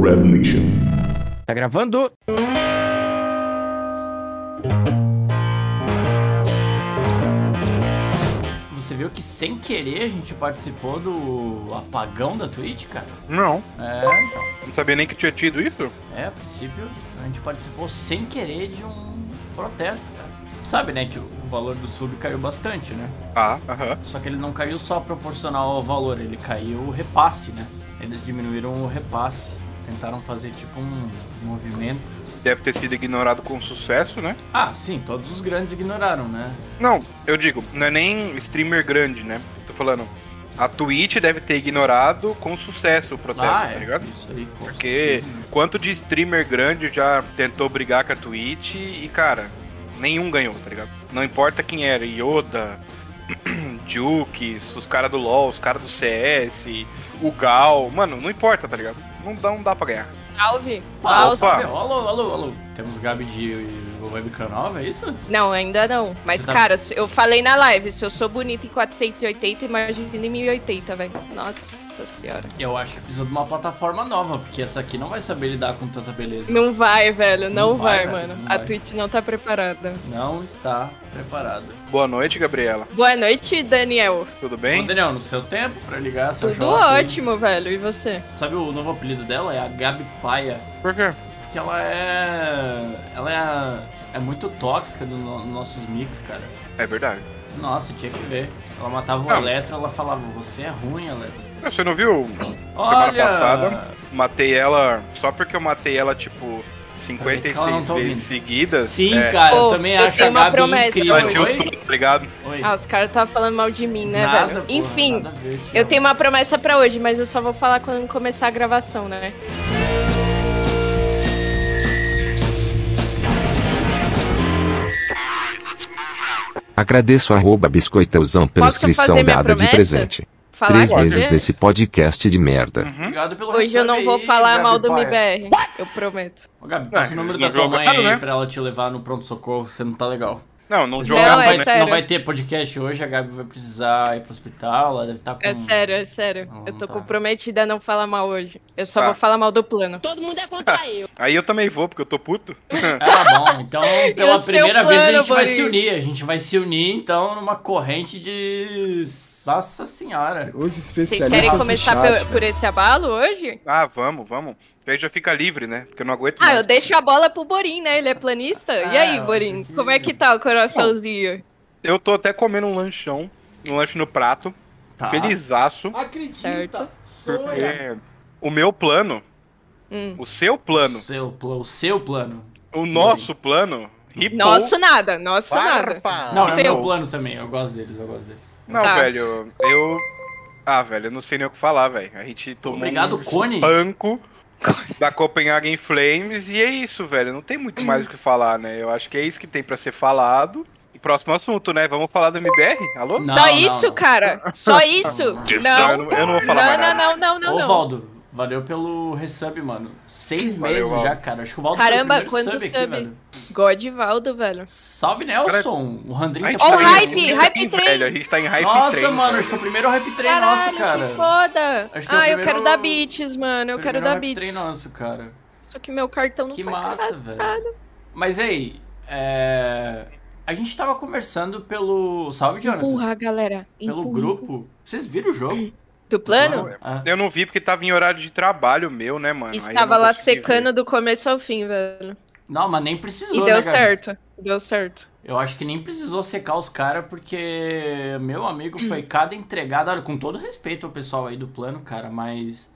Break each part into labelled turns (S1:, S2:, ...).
S1: Red Nation.
S2: Tá gravando?
S3: Você viu que sem querer a gente participou do apagão da Twitch, cara?
S4: Não,
S3: É, então.
S4: não sabia nem que tinha tido isso.
S3: É, a princípio, a gente participou sem querer de um protesto, cara. Tu Sabe, né, que o valor do sub caiu bastante, né?
S4: Ah, aham.
S3: Só que ele não caiu só proporcional ao valor, ele caiu o repasse, né? Eles diminuíram o repasse. Tentaram fazer tipo um movimento.
S4: Deve ter sido ignorado com sucesso, né?
S3: Ah, sim, todos os grandes ignoraram, né?
S4: Não, eu digo, não é nem streamer grande, né? Tô falando, a Twitch deve ter ignorado com sucesso o protesto,
S3: ah,
S4: tá
S3: é,
S4: ligado?
S3: Isso aí, com
S4: Porque
S3: certeza.
S4: quanto de streamer grande já tentou brigar com a Twitch e, cara, nenhum ganhou, tá ligado? Não importa quem era, Yoda, Jukes, os caras do LoL, os caras do CS, o Gal, mano, não importa, tá ligado? Não dá, não dá pra ganhar.
S5: Salve.
S3: Ah,
S4: Opa.
S5: Salve.
S3: Alô, alô, alô. Temos Gabi de webcam nova, é isso?
S5: Não, ainda não. Mas,
S3: Você tá-
S5: cara, se- eu falei na live, se eu sou bonita em 480, imagina em 1080, velho. Nossa senhora.
S3: Eu acho que precisa de uma plataforma nova, porque essa aqui não vai saber lidar com tanta beleza.
S5: Não vai, velho. Não,
S3: Não vai,
S5: vai,
S3: velho,
S5: mano.
S3: não
S5: a
S3: vai.
S5: Twitch não tá preparada.
S3: Não está preparada.
S4: Boa noite, Gabriela.
S5: Boa noite, Daniel.
S4: Tudo
S3: Ô,
S4: bem?
S3: Daniel, no seu tempo pra ligar essa
S5: Tudo
S3: jossa aí.
S5: ótimo, velho. E você?
S3: Sabe o novo apelido dela? É a Gabi Paia.
S4: Por quê?
S3: Porque ela é. Ela é, é muito tóxica nos no- nos nossos mix, cara.
S4: É verdade.
S3: Nossa, tinha que ver. Ela matava o
S4: Não.
S3: Eletro, ela falava: Você é ruim, Eletro.
S4: Você não viu?
S3: Olha!
S4: passada, Matei ela. Só porque eu matei ela, tipo,
S3: Peraí, que ela
S4: 56
S3: não tá
S4: vezes
S3: ouvindo.
S4: seguidas.
S3: Sim,
S4: é,
S3: cara, eu
S5: Pô,
S3: também
S5: eu
S3: acho
S5: tenho
S3: a
S5: uma
S3: Gabi
S5: promessa
S3: incrível.
S5: pra
S4: Bati
S5: você.
S4: o
S3: Oi?
S4: tudo, tá ligado?
S3: Oi.
S5: Ah, os caras estavam falando mal de mim, né,
S3: Nada,
S5: velho?
S3: porra,
S5: Enfim,
S3: nada a ver, tio.
S5: eu tenho uma promessa pra hoje, mas eu só vou falar quando começar a gravação, né?
S6: Agradeço arroba biscoitãozão pela
S5: Posso fazer
S6: inscrição
S5: minha
S6: dada de
S5: promessa?
S6: presente.
S5: Falar
S6: Três
S5: com
S6: meses
S5: você?
S6: nesse podcast de merda.
S4: Uhum.
S3: Obrigado pelo
S5: Hoje eu
S3: recebe
S5: não vou
S3: aí,
S5: falar
S3: Gabi
S5: mal do
S3: Paia.
S5: MBR. Eu prometo.
S3: Ô, Gabi, passa
S4: Ah,
S3: o número
S4: eles
S3: da
S4: não
S3: tua mãe
S4: jogaram,
S3: aí
S4: né?
S3: é pra ela te levar no pronto-socorro, você não tá legal.
S4: Não, não
S5: Não,
S4: jogava,
S5: é
S4: né?
S5: sério.
S3: não vai ter podcast hoje, a Gabi vai precisar ir pro hospital, ela deve estar com...
S5: É sério, é sério.
S3: Hum. Não,
S5: eu tô
S3: tá.
S5: comprometida a não falar mal hoje. Eu só
S4: Tá.
S5: vou falar mal do plano.
S7: Todo mundo é contra eu.
S4: Aí eu também vou, porque eu tô puto.
S3: Ah, tá bom, então pela
S5: o seu
S3: primeira vez a
S5: plano,
S3: gente vai se
S5: Boris?
S3: unir, a gente vai se unir então numa corrente de... Nossa senhora.
S8: Os
S5: Vocês
S8: especialistas
S5: querem
S8: do
S5: começar
S8: chat,
S5: por, por esse abalo hoje?
S4: ah, vamos, vamos. Que aí já fica livre, né? Porque eu não aguento
S5: Ah, eu
S4: mais.
S5: deixo a bola pro Borim, né? Ele é planista. e
S3: Ah,
S5: aí,
S3: eu
S5: Borim,
S3: acho que-
S5: como é que tá o coraçãozinho?
S4: Eu tô até comendo um lanchão, um lanche no prato,
S3: Tá.
S4: felizaço.
S5: Certo?
S3: É,
S4: Porque o meu plano,
S5: Hum.
S4: o seu
S3: O
S4: plano,
S3: seu, pla- o seu plano.
S4: o nosso plano, ripou.
S5: Nosso nada, nosso nada.
S3: Não, é o
S5: Seu.
S3: meu plano também, eu gosto deles, eu gosto deles.
S4: Não,
S5: Tá.
S4: velho, eu. Ah, velho, eu não sei nem o que falar, velho. A gente tomou
S3: Obrigado,
S4: um
S3: Cone.
S4: banco da Copenhagen Flames e é isso, velho. Não tem muito mais o que falar, né? Eu acho que é isso que tem pra ser falado. E próximo assunto, né? Vamos falar do MBR? Alô?
S3: Não,
S5: Só
S3: não,
S5: isso,
S3: não.
S5: cara. Só isso.
S3: Não.
S4: Eu
S5: Não.
S4: não, eu não vou falar
S5: Não,
S4: mais nada.
S5: não, não, não, não,
S3: Ô,
S5: não.
S3: Valdo, valeu pelo resub, mano. Seis
S4: Valeu,
S3: meses
S4: Valdo.
S3: já, cara. Acho que o Valdo
S5: Caramba,
S3: foi o primeiro
S5: quanto
S3: sub aqui,
S5: sub?
S3: velho.
S5: Godivaldo, velho.
S3: Salve, Nelson! O Randrinho tá
S4: A gente
S5: Ó,
S4: em
S5: o
S3: chegando.
S5: hype, hype
S4: velho.
S5: train.
S4: A gente tá em hype
S3: Nossa,
S4: train,
S3: mano, acho
S4: velho.
S3: que é o primeiro hype train nosso, cara.
S5: que foda.
S3: Acho que é o
S5: Ah, eu
S3: primeiro-
S5: quero dar beats, mano. Eu quero
S3: Primeiro
S5: dar
S3: hype
S5: beats.
S3: train nosso, cara.
S5: Só que meu cartão não
S3: Que
S5: tá
S3: massa, velho. Mas aí, é... A gente tava conversando pelo... Salve, Jonathan.
S5: Empurra, galera.
S3: Pelo
S5: Empurra.
S3: grupo. Vocês viram o jogo?
S5: Do plano?
S3: Ah,
S4: Eu não vi porque tava em horário de trabalho meu, né, mano? Aí eu
S5: Estava
S4: não
S5: lá
S4: consegui ver.
S5: secando do começo ao fim, velho.
S3: Não, mas nem
S5: E
S3: precisou,
S5: deu
S3: né, cara?
S5: certo. Deu certo.
S3: Eu acho que nem precisou secar os caras, porque meu amigo foi cada entregada. Olha, com todo respeito ao pessoal aí do plano, cara, mas.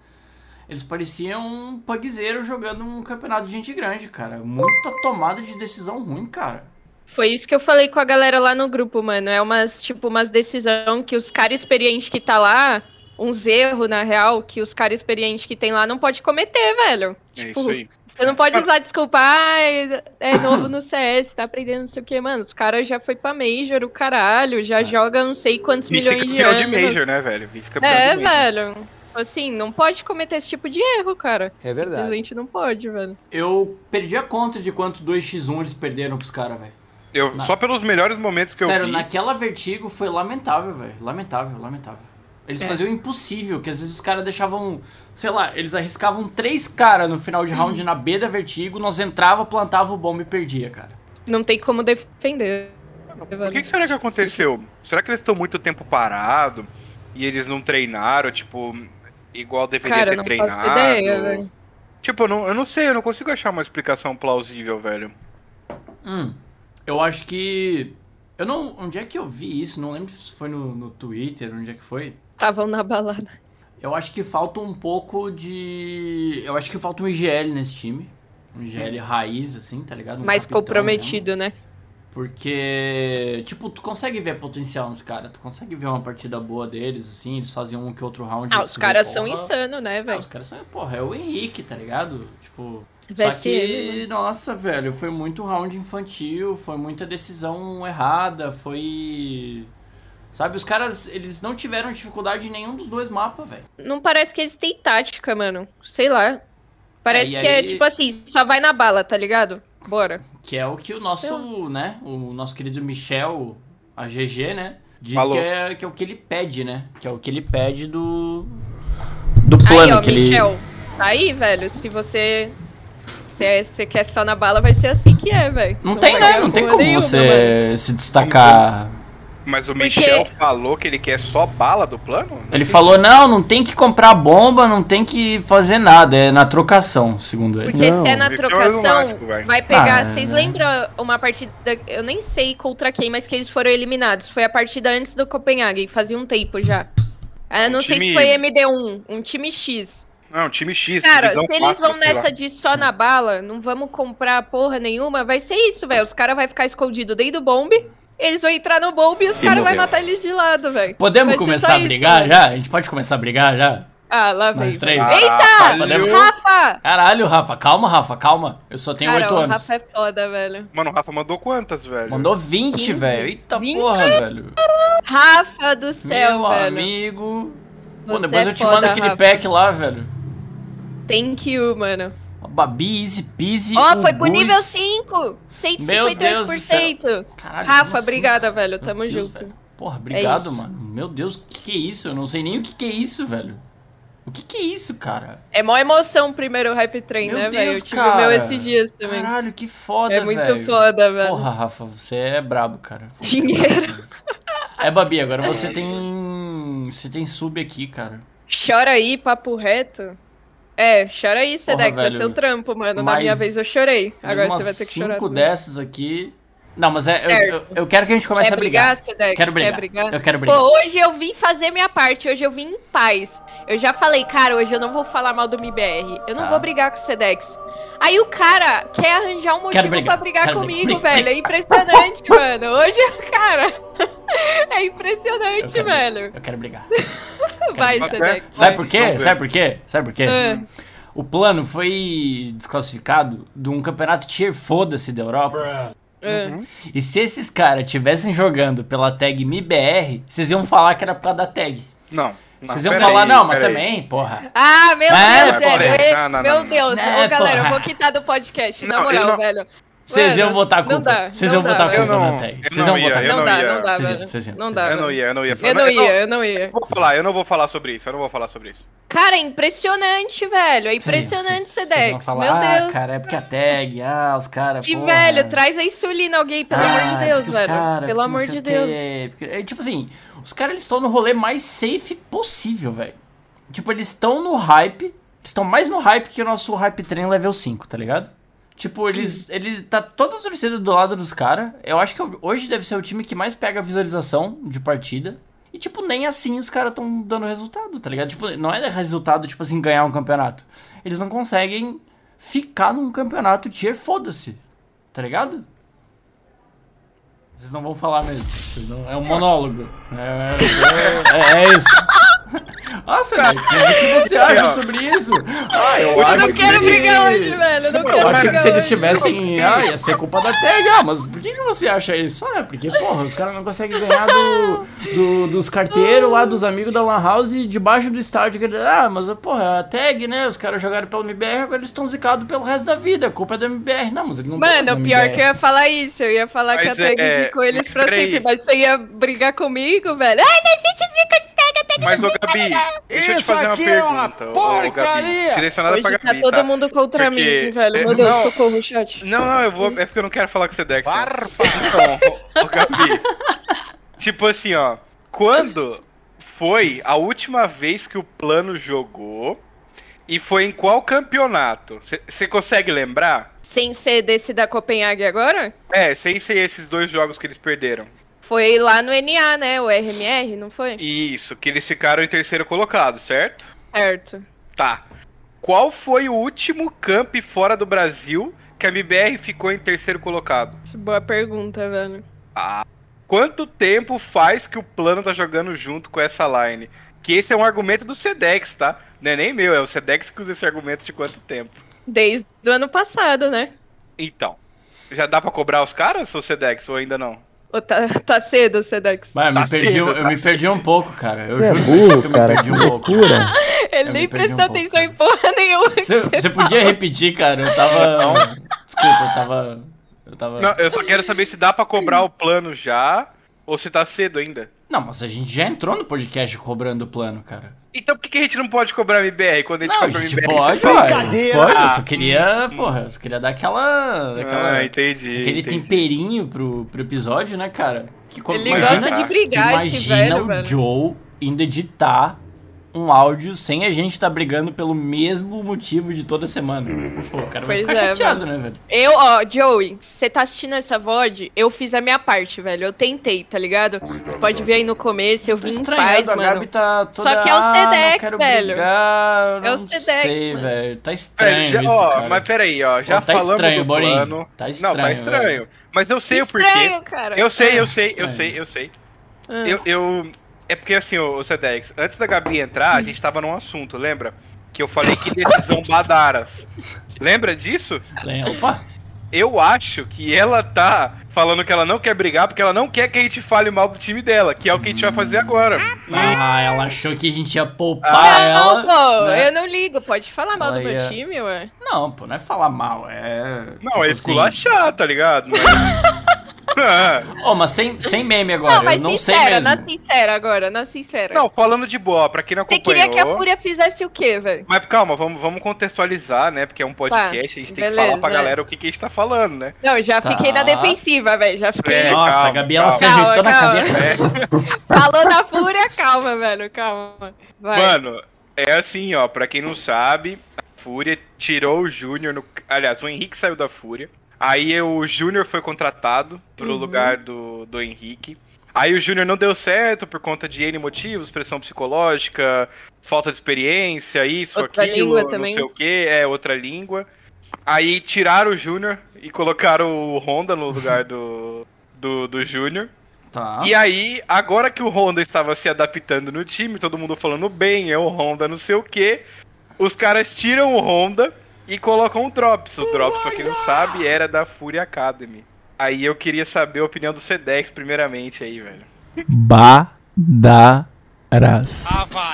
S3: Eles pareciam um pugzeiro jogando um campeonato de gente grande, cara. Muita tomada de decisão ruim, cara.
S5: Foi isso que eu falei com a galera lá no grupo, mano. É umas, tipo, umas decisão que os caras experientes que tá lá, uns erros, na real, que os caras experientes que tem lá não pode cometer, velho. Tipo,
S4: É isso aí.
S5: Você não pode usar desculpa, ah, é é novo no CS, tá aprendendo não sei o que, mano. Os caras já foi pra Major, o caralho,
S4: É.
S5: já joga não sei quantos milhões de
S4: Vice-campeão
S5: anos.
S4: é de Major, né, velho? Vice-campeão
S5: É,
S4: de Major.
S5: velho. Assim, não pode cometer esse tipo de erro, cara.
S9: É verdade.
S5: Simplesmente não pode, velho.
S3: Eu perdi a conta de quantos 2x1 eles perderam pros caras, velho.
S4: Eu,
S3: Na-
S4: só pelos melhores momentos que eu
S3: Sério,
S4: vi.
S3: naquela vertigo foi lamentável, velho. Lamentável, lamentável. Eles faziam o impossível, que às vezes os caras deixavam, sei lá, eles arriscavam três caras no final de round na B da Vertigo, nós entrava, plantava o bomba e perdia, cara.
S5: Não tem como defender.
S4: O que, que será que aconteceu? Será que eles estão muito tempo parado e eles não treinaram, tipo, igual deveria
S5: Cara,
S4: ter
S5: não
S4: treinado?
S5: faço ideia, velho.
S4: Tipo, eu não, eu não sei, eu não consigo achar uma explicação plausível, velho.
S3: Hum, eu acho que. Eu não. Onde é que eu vi isso? Não lembro se foi no, no Twitter, onde é que foi.
S5: Estavam na balada.
S3: Eu acho que falta um pouco de. Eu acho que falta um IGL nesse time. Um IGL raiz, assim, tá ligado? Um
S5: Mais
S3: capitão mesmo.
S5: comprometido, né?
S3: Porque, tipo, tu consegue ver potencial nos caras, tu consegue ver uma partida boa deles, assim, eles faziam um que outro round.
S5: Ah,
S3: que
S5: os
S3: tu
S5: caras
S3: vê,
S5: são
S3: porra.
S5: insanos, né,
S3: Ah,
S5: velho?
S3: os caras são, porra, é o Henrique, tá ligado? Tipo. Só
S5: Veste
S3: que,
S5: ele, mano.
S3: nossa, velho, foi muito round infantil, foi muita decisão errada, foi. Sabe, os caras, eles não tiveram dificuldade em nenhum dos dois mapas, velho.
S5: Não parece que eles têm tática, mano. Sei lá. Parece
S3: É, e
S5: que é
S3: aí-
S5: tipo assim, só vai na bala, tá ligado? Bora.
S3: Que é o que o nosso,
S5: Então.
S3: né, o nosso querido Michel, a GG, né, diz
S4: Falou.
S3: que é, que é o que ele pede, né, que é o que ele pede do... Do plano
S5: aí, ó,
S3: que ele...
S5: Michel. Tá aí, velho. Se você. Se é- você quer só na bala, vai ser assim que é, velho.
S3: Não tem,
S5: vai
S3: né,
S5: ganhar
S3: não tem
S5: porra
S3: como
S5: nenhuma, mano.
S3: você se destacar...
S4: Mas o
S5: Porque-
S4: Michel falou que ele quer só bala do plano?
S3: Ele falou, não, não tem que comprar bomba, não tem que fazer nada, é na trocação, segundo ele.
S5: Porque
S2: Não,
S5: se é na
S4: isso é um
S5: trocação,
S4: lunático, velho.
S5: vai pegar.
S3: Ah,
S5: Vocês
S3: né.
S5: lembram uma partida. Eu nem sei contra quem, mas que eles foram eliminados. Foi a partida antes do Copenhague, fazia um tempo já. Ah,
S4: Um
S5: não sei
S4: time-
S5: se foi MD1, um time X.
S4: Não, é um time X,
S5: Cara, se
S4: divisão
S5: eles
S4: 4,
S5: vão
S4: sei lá.
S5: nessa de só na bala, não vamos comprar porra nenhuma, vai ser isso, velho. Os caras vão ficar escondidos dentro do bombe, eles vão entrar no bombe e os caras vão
S6: morreu.
S5: matar eles de lado, velho.
S3: Podemos
S5: Vai ser
S3: começar
S5: só
S3: a
S5: isso, né?
S3: brigar
S5: velho.
S3: já? A gente pode começar a brigar já?
S5: Ah, lá vem.
S3: Nós três.
S4: Caralho!
S3: Podemos-
S5: Rafa!
S3: Caralho, Rafa, calma, Rafa, calma. Eu só tenho
S5: Cara,
S3: oito
S5: o
S3: anos.
S5: Rafa é foda, velho.
S4: Mano, o Rafa mandou quantas, velho?
S3: Mandou 20, velho. Eita
S5: 20?
S3: porra, velho.
S5: Rafa do céu,
S3: Meu
S5: velho.
S3: amigo. Pô,
S5: Você
S3: depois
S5: é
S3: eu te mando
S5: foda,
S3: aquele
S5: Rafa.
S3: pack lá, velho.
S5: Thank you, mano.
S3: Babi, easy peasy.
S5: Ó, foi
S3: Ugus.
S5: pro nível 5,
S3: Meu Deus do céu.
S5: 158%.
S3: Caralho,
S5: Rafa,
S3: como assim,
S5: obrigada,
S3: cara?
S5: velho.
S3: Meu
S5: Tamo
S3: Deus,
S5: junto. É
S3: velho. Porra, obrigado,
S5: isso.
S3: mano. Meu Deus, o que, que é isso? Eu não sei nem o que, que é isso, velho. O que, que é isso, cara?
S5: É mó emoção o primeiro hype train,
S3: Meu
S5: né, velho? Eu
S3: Deus,
S5: tive
S3: cara.
S5: o meu esses dias também.
S3: Caralho, que foda,
S5: é
S3: velho.
S5: muito foda, velho.
S3: Porra, Rafa, você é brabo, cara.
S5: Dinheiro.
S3: É, Babi, agora você tem. Você tem sub aqui, cara.
S5: Chora aí, papo reto. É, chora aí, Sedex, é
S3: velho,
S5: seu trampo, mano. Na
S3: mas- assim,
S5: minha vez eu chorei.
S3: Agora
S5: Agora
S3: umas
S5: você vai ter que chorar.
S3: cinco
S5: também.
S3: dessas aqui. Não, mas é, eu,
S5: Certo.
S3: eu, eu quero que a gente comece
S5: Quer
S3: a brigar.
S5: brigar, Sedex?
S3: Quero brigar.
S5: Quer brigar?
S3: Eu quero brigar.
S5: Pô, hoje eu vim fazer minha parte, hoje eu vim em paz. Eu já falei, cara, hoje eu não vou falar mal do MBR. Eu não
S3: Tá.
S5: vou brigar com o Sedex. Aí o cara quer arranjar um motivo
S3: brigar,
S5: pra brigar
S3: quero
S5: comigo,
S3: brigar.
S5: velho. É impressionante, mano. Hoje, cara. é
S3: Eu
S5: impressionante,
S3: quero brigar.
S5: velho.
S3: Eu quero brigar.
S5: Vai,
S4: brigar.
S5: Sedex.
S3: Sabe
S5: vai.
S3: por
S4: Vamos
S3: quê?
S4: ver.
S3: Sabe por quê? Sabe por quê?
S5: É.
S3: O plano foi desclassificado de um campeonato tier foda-se da Europa.
S5: É.
S4: Uhum.
S3: E se esses caras estivessem jogando pela tag MIBR, vocês iam falar que era por causa da tag.
S4: Não. não,
S3: Vocês iam
S4: pera
S3: falar,
S4: aí,
S3: não, mas
S4: pera aí.
S3: também, porra.
S5: Ah, meu
S3: É,
S5: Deus,
S4: porra.
S5: velho. esse-
S4: Não, não,
S5: meu
S4: não, não.
S5: Deus.
S3: Né,
S5: Ô, galera, eu
S3: porra.
S5: vou quitar do podcast.
S4: Não,
S5: na
S4: eu
S5: moral,
S4: não-
S5: velho.
S3: Vocês
S5: Mano,
S3: iam botar a
S5: não dá,
S3: culpa. Vocês
S5: não
S3: iam botar a
S5: dá,
S3: culpa
S4: velho. Eu não-
S3: na tag.
S4: eu
S3: Vocês
S4: não
S3: iam
S4: ia,
S3: botar a
S4: eu
S5: Não
S3: culpa.
S5: dá,
S4: ia.
S5: não dá,
S3: Vocês iam,
S5: velho.
S3: vocês iam,
S5: Não
S3: vocês
S5: dá.
S4: Eu não
S5: velho.
S4: ia, é eu não ia falar.
S5: Eu não
S4: Eu não-
S5: ia, eu não ia.
S4: Eu não vou falar, eu não vou falar sobre isso, eu não vou falar sobre isso.
S5: Cara, é impressionante, velho. É
S3: Vocês iam,
S5: impressionante,
S3: vocês- Vocês
S5: Sedex.
S3: vão falar,
S5: Meu
S3: ah,
S5: Deus.
S3: cara, é porque a tag, ah, os caras,
S5: E,
S3: porra.
S5: velho, traz a insulina a alguém, pelo amor de
S3: Ah, porque
S5: Deus,
S3: os
S5: velho.
S3: cara,
S5: pelo
S3: porque não
S5: amor
S3: sei
S5: de
S3: o quê,
S5: Deus.
S3: porque- é, tipo assim, os caras eles estão no rolê mais safe possível, velho. Tipo, eles estão no hype, eles estão mais no hype que o nosso hype train level 5, tá ligado? Tipo, eles, eles tá toda a torcida do lado dos caras. Eu acho que hoje deve ser o time que mais pega visualização de partida. E, tipo, nem assim os caras estão dando resultado, tá ligado? Tipo, não é resultado, tipo assim, ganhar um campeonato. Eles não conseguem ficar num campeonato tier foda-se, tá ligado? Vocês não vão falar mesmo. Vocês não- É um monólogo. É, é- é- é isso. Nossa, Nick, mas o que você
S4: Assim,
S3: acha
S4: ó.
S3: sobre isso? Ah, eu,
S4: Eu
S3: acho
S5: é, Eu não
S4: que
S5: quero
S4: se-
S5: brigar hoje, velho. Eu não
S4: Não,
S5: quero
S3: Eu achei
S5: brigar
S3: que se eles
S5: hoje.
S3: tivessem. Ah, ia ser culpa da tag. Ah, mas por que, que você acha isso? Ah, porque, porra, os caras não conseguem ganhar do, do- dos carteiros lá, dos amigos da Lan House debaixo do estádio. Ah, mas, porra, a tag, né? Os caras jogaram pelo MBR, agora eles estão zicados pelo resto da vida. A culpa é do MBR. Não, mas ele não tá
S5: Mano,
S3: no
S5: pior
S3: MBR.
S5: que é- eu ia falar isso, eu ia falar
S4: Mas
S5: que a tag
S4: é-
S5: ficou eles
S4: mas
S5: pra
S4: peraí.
S5: sempre, mas você ia brigar comigo, velho. Ai, não existe zica de tag, a tag
S4: Mas, ô Gabi, deixa eu te
S2: Isso
S4: fazer uma
S2: aqui é uma
S4: pergunta. ô, Gabi,
S2: porcaria!
S4: direcionada
S5: Hoje
S4: pra
S5: tá
S4: Gabi,
S5: todo
S4: tá?
S5: mundo contra
S4: Porque-
S5: mim, velho.
S4: é,
S5: Meu Deus,
S4: não.
S5: socorro, chat.
S4: Não, não, eu vou. É porque eu não quero falar com você, Dex.
S2: Farpa!
S4: Não, ô, ô, Gabi. tipo assim, ó. Quando foi a última vez que o plano jogou? E foi em qual campeonato? Você consegue lembrar?
S5: Sem ser desse da Copenhague agora?
S4: É, sem ser esses dois jogos que eles perderam.
S5: Foi lá no NA, né? O RMR, não foi?
S4: Isso, que eles ficaram em terceiro colocado, certo?
S5: Certo.
S4: Tá. Qual foi o último camp fora do Brasil que a MBR ficou em terceiro colocado?
S5: Boa pergunta, velho.
S4: Quanto tempo faz que o plano tá jogando junto com essa line? Que esse é um argumento do Sedex, tá? Não é nem meu, é o Sedex que usa esse argumento de quanto tempo.
S5: Desde o ano passado, né?
S4: Então, já dá pra cobrar os caras, ou Sedex, ou ainda não?
S5: Ou tá, tá cedo, Sedex?
S3: Vai, eu me
S4: Tá
S3: perdi,
S4: cedo,
S3: eu,
S4: tá
S3: eu me perdi um pouco, cara. Eu
S2: Você é
S3: juro pra
S2: burro,
S3: que eu
S2: cara,
S3: me perdi
S2: que
S3: um pouco.
S2: loucura.
S5: Ele
S3: eu
S5: nem
S3: me perdi um
S5: prestou
S3: pouco.
S5: atenção em porra nenhuma.
S3: Você, você podia repetir, cara? Eu tava. Desculpa, eu tava. Eu tava.
S4: Não,
S3: Não.
S4: eu só quero saber se dá pra cobrar o plano já, ou se tá cedo ainda.
S3: mas a gente já entrou no podcast cobrando o plano, cara.
S4: Então por que que a gente não pode cobrar a MBR quando a gente
S3: Não, a
S4: cobra
S3: gente
S4: MBR?
S3: pode,
S4: Você
S3: ó,
S4: fala,
S3: a gente
S2: Brincadeira.
S3: pode. Eu
S5: Ah.
S3: só queria, porra, eu só queria dar aquela. aquela
S4: Ah, entendi.
S3: aquele
S4: entendi.
S3: temperinho pro, pro episódio, né, cara? Que co-
S5: Ele
S4: imagina-
S5: gosta de
S4: cara,
S5: brigar, esse
S3: imagina
S5: velho,
S3: o
S5: velho.
S3: Joe indo editar um áudio sem a gente tá brigando pelo mesmo motivo de toda semana. Pô, o cara vai
S5: Pois
S3: ficar
S5: é,
S3: chateado, né, velho?
S5: Eu, ó, Joey, você tá assistindo essa VOD? Eu fiz a minha parte, velho. Eu tentei, tá ligado? Você pode ver aí no começo, eu
S3: Tô
S5: vim em paz,
S3: estranhando, a Gabi
S5: mano.
S3: tá toda...
S5: Só que é o
S3: ah, não
S5: Sedex,
S3: quero
S5: velho.
S3: Brigar, eu
S5: É o
S3: não
S5: Sedex,
S3: sei,
S5: mano.
S3: velho. Tá
S4: É,
S3: estranho
S4: já,
S3: isso,
S4: ó,
S3: cara.
S4: mas peraí, ó, já
S3: Pô, tá
S4: falamos
S3: estranho,
S4: do
S3: Borim.
S4: plano.
S3: Tá estranho,
S4: Não, tá estranho.
S3: velho.
S4: Mas eu sei o porquê.
S5: Estranho, cara.
S4: Eu sei, eu sei, eu
S3: Estranho.
S4: sei, eu sei.
S5: Ah.
S4: Eu, eu- É porque assim, o Sedex, antes da Gabi entrar, a gente tava num assunto, lembra? Que eu falei que decisão badaras. Lembra disso?
S3: Lembra- Opa,
S4: Eu acho que ela tá falando que ela não quer brigar porque ela não quer que a gente fale mal do time dela, que é o que a gente vai fazer agora.
S5: tá.
S3: ah, ela achou que a gente ia poupar
S5: Não,
S3: Ah, ela.
S5: pô,
S3: né?
S5: eu não ligo. Pode falar mal
S3: Ela
S5: do meu
S3: ia-
S5: time, ué.
S3: Não, pô, não é falar mal, é...
S4: Não, é
S3: tipo assim,
S4: esculachar, tá ligado? Mas. Ah.
S3: Ó, mas sem, sem meme agora,
S5: não, mas
S3: eu não sei
S5: sincera,
S3: mesmo.
S5: na sincera agora, na sincera.
S4: Não, falando de boa, pra quem não
S5: Você
S4: acompanhou.
S5: queria que a Fúria fizesse o quê, velho?
S4: Mas calma, vamos, vamos contextualizar, né? Porque é um podcast, a gente tem
S5: beleza,
S4: que falar pra
S5: é.
S4: galera o que, que a gente tá falando, né?
S5: Não, já
S3: Tá.
S5: fiquei na defensiva, velho. Já fiquei.
S4: É,
S3: Nossa,
S4: calma,
S3: a Gabi, ela
S4: calma.
S3: se ajeitou na
S5: Calma,
S3: cadeira.
S4: É,
S5: Falou da Fúria, calma, velho, calma. Vai.
S4: mano, é assim, ó, pra quem não sabe, a Fúria tirou o Júnior no. Aliás, o Henrique saiu da Fúria. Aí o Júnior foi contratado pro
S5: Uhum.
S4: lugar do, do Henrique. Aí o Júnior não deu certo por conta de N motivos, pressão psicológica, falta de experiência, isso,
S5: Outra língua
S4: aquilo, não
S5: também.
S4: sei o que, é outra língua. Aí tiraram o Júnior e colocaram o Honda no lugar do, do, do Júnior.
S3: Tá.
S4: E aí, agora que o Honda estava se adaptando no time, todo mundo falando bem, é o Honda não sei o que, os caras tiram o Honda e colocam o Drops. O Drops, pra quem não sabe, era da Fury Academy. Aí eu queria saber a opinião do Sedex, primeiramente, aí, velho.
S3: Badaras.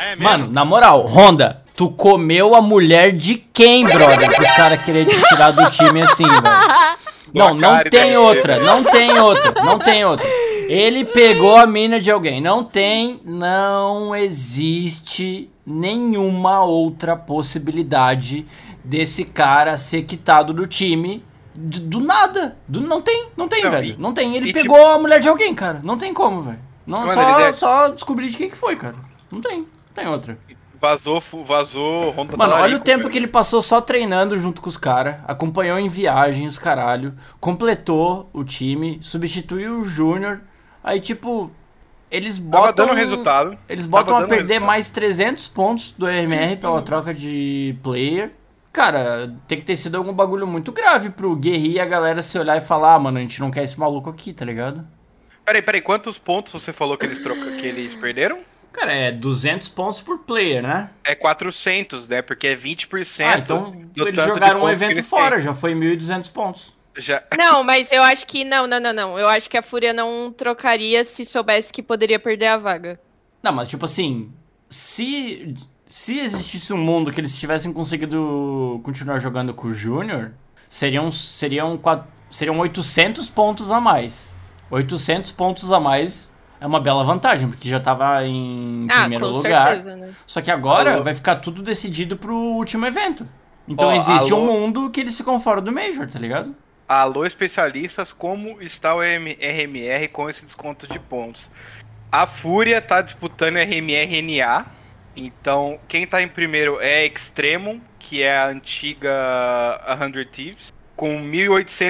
S4: é
S3: Mano, na moral, Honda, tu comeu a mulher de quem, brother? Os caras querer te tirar do time assim, velho. Não, não
S4: Macari deve
S3: tem
S4: ser,
S3: outra, não tem outra, não tem outra. Ele pegou a mina de alguém. Não tem, não existe nenhuma outra possibilidade desse cara ser quitado do time. de- do nada. Do- não tem, não tem,
S4: Não,
S3: velho.
S4: e-
S3: não tem. Ele
S4: e, tipo-
S3: pegou a mulher de alguém, cara. Não tem como, velho. Não,
S4: Mano,
S3: só,
S4: ele deve-
S3: só descobrir de quem que foi, cara. Não tem. Não tem outra.
S4: Vazou, fu- vazou, Honda
S3: Mano, olha o
S4: talarico,
S3: tempo
S4: velho.
S3: que ele passou só treinando junto com os caras. Acompanhou em viagem os caralho. Completou o time. Substituiu o Júnior. Aí, tipo, eles
S4: Tava
S3: botam.
S4: dando resultado.
S3: Eles
S4: Tava
S3: botam a
S4: dando
S3: perder
S4: resultado. Uhum.
S3: mais 300 pontos do RMR pela troca de player. Cara, tem que ter sido algum bagulho muito grave pro Guerri e a galera se olhar e falar: ah, mano, a gente não quer esse maluco aqui, tá ligado?
S4: Peraí, peraí, quantos pontos você falou que eles, troca... que eles perderam?
S3: Cara, é 200 pontos por player, né?
S4: É 400, né? Porque é 20%
S3: Ah, então
S4: do
S3: eles
S4: tanto de
S3: jogaram um
S4: pontos que
S3: evento
S4: eles
S3: fora, já foi 1.200 pontos.
S4: têm. Já...
S5: Não, mas eu acho que não, não, não, não. Eu acho que a Fúria não trocaria se soubesse que poderia perder a vaga.
S3: Não, mas tipo assim, se se existisse um mundo que eles tivessem conseguido continuar jogando com o Júnior, seriam seriam quat- seriam 800 pontos a mais. 800 pontos a mais. É uma bela vantagem, porque já tava em
S5: Ah,
S3: primeiro
S5: com
S3: lugar.
S5: certeza, né?
S3: Só que agora
S4: Alô?
S3: vai ficar tudo decidido pro último evento. Então
S4: Ó,
S3: existe
S4: alô?
S3: um mundo que eles ficam fora do Major, tá ligado?
S4: Alô, especialistas, como está o M- RMR com esse desconto de pontos? A Fúria tá disputando RMRNA. Então, quem tá em primeiro é Extremum, que é a antiga 100 Thieves, com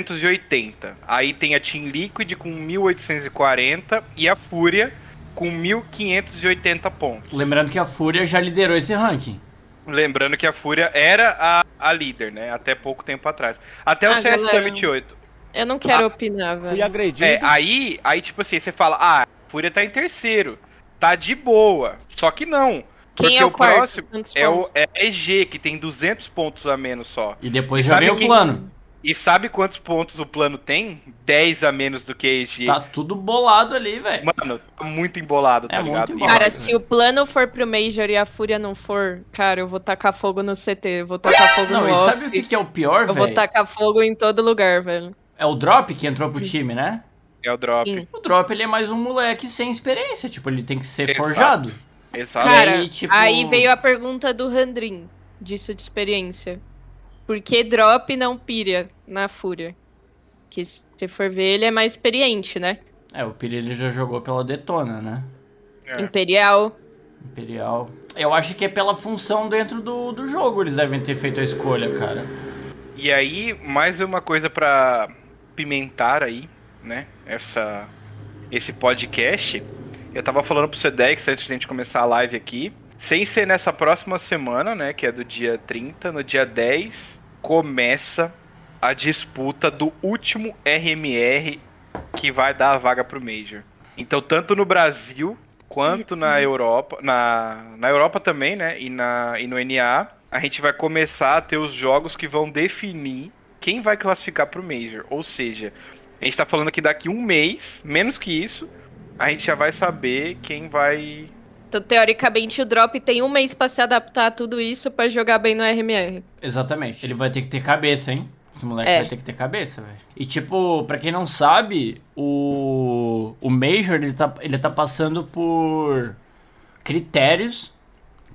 S4: 1880. Aí tem a Team Liquid com 1840 e a Fúria com 1580 pontos.
S3: Lembrando que a Fúria já liderou esse ranking.
S4: Lembrando que a Fúria era a, a líder, né? Até pouco tempo atrás. Até o
S5: Ah,
S4: CS
S5: galera.
S4: Summit 8.
S5: Eu não quero
S4: Ah,
S5: opinar, velho.
S1: Fui agredido.
S4: É, aí, aí, tipo assim, você fala, ah, a Fúria tá em terceiro. Tá de boa. Só que não.
S5: Quem
S4: porque
S5: é o,
S4: o
S5: quarto?
S4: próximo
S5: Quantos
S4: É o
S5: pontos?
S4: é a EG, que tem 200 pontos a menos só.
S3: E depois
S4: E
S3: já
S4: sabe
S3: veio o
S4: quem-
S3: plano.
S4: E sabe quantos pontos o plano tem? 10 a menos do que a EG.
S3: Tá tudo bolado ali, velho.
S4: Mano, tá muito embolado, tá
S3: É
S4: ligado?
S3: muito
S4: E-
S5: Cara,
S3: Olha,
S5: se o plano for pro Major e a Fúria não for, cara, eu vou tacar fogo no CT, eu vou tacar fogo
S3: Não,
S5: no
S3: e
S5: off,
S3: sabe o que, que é o pior,
S5: eu vou
S3: velho?
S5: tacar fogo em todo lugar, velho.
S3: É o Drop que entrou pro time, né?
S4: É o drop.
S5: Sim.
S3: O Drop, ele é mais um moleque sem experiência. Tipo, ele tem que ser
S4: Exato.
S3: forjado.
S4: Exato.
S3: Cara,
S5: Cara,
S3: aí, tipo-
S5: aí veio a pergunta do Randrin, disso de experiência. Por que Drop não pira na Fúria? Que se for ver, ele é mais experiente, né?
S3: É, o Piri, ele já jogou pela Detona, né?
S4: É.
S5: Imperial.
S3: Imperial. Eu acho que é pela função dentro do, do jogo eles devem ter feito a escolha, cara.
S4: E aí, mais uma coisa pra pimentar aí, né? Essa, esse podcast. Eu tava falando pro Sedex antes de a gente começar a live aqui. Sem ser nessa próxima semana, né? Que é do dia 30, no dia 10, começa a disputa do último RMR que vai dar a vaga pro Major. Então, tanto no Brasil quanto na Europa, na, na Europa também, né? E, na, e no NA, a gente vai começar a ter os jogos que vão definir quem vai classificar pro Major. Ou seja, a gente tá falando que daqui um mês, menos que isso, a gente já vai saber quem vai.
S5: Então, teoricamente, o Drop tem um mês pra se adaptar a tudo isso pra jogar bem no RMR.
S3: Exatamente. Ele vai ter que ter cabeça, hein? Esse moleque
S5: É.
S3: vai ter que ter cabeça, velho. E tipo, pra quem não sabe, o o Major, ele tá, ele tá passando por critérios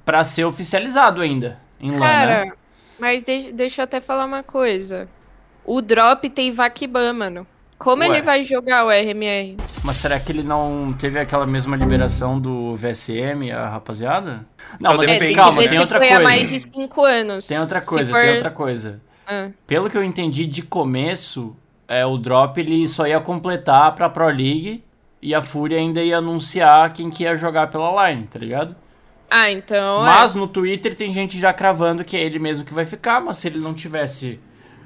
S3: pra ser oficializado ainda em LAN, né?
S5: Cara, mas de- deixa eu até falar uma coisa. O Drop tem Vakiban, mano. Como
S3: Ué.
S5: ele vai jogar o RMR?
S3: Mas será que ele não teve aquela mesma liberação do VSM, a rapaziada? Não,
S4: Eu
S3: mas
S4: É,
S5: tem
S4: depende,
S5: que
S3: calma,
S5: ver
S3: tem
S5: se
S3: outra
S5: foi
S3: coisa.
S5: há mais de 5 anos.
S3: Tem outra
S5: Se
S3: coisa,
S5: for-
S3: tem outra coisa.
S5: Ah,
S3: Pelo que eu entendi de começo, é, o Drop ele só ia completar pra Pro League e a Fúria ainda ia anunciar quem que ia jogar pela line, tá ligado?
S5: Ah, então. é.
S3: Mas no Twitter tem gente já cravando que é ele mesmo que vai ficar, mas se ele não tivesse.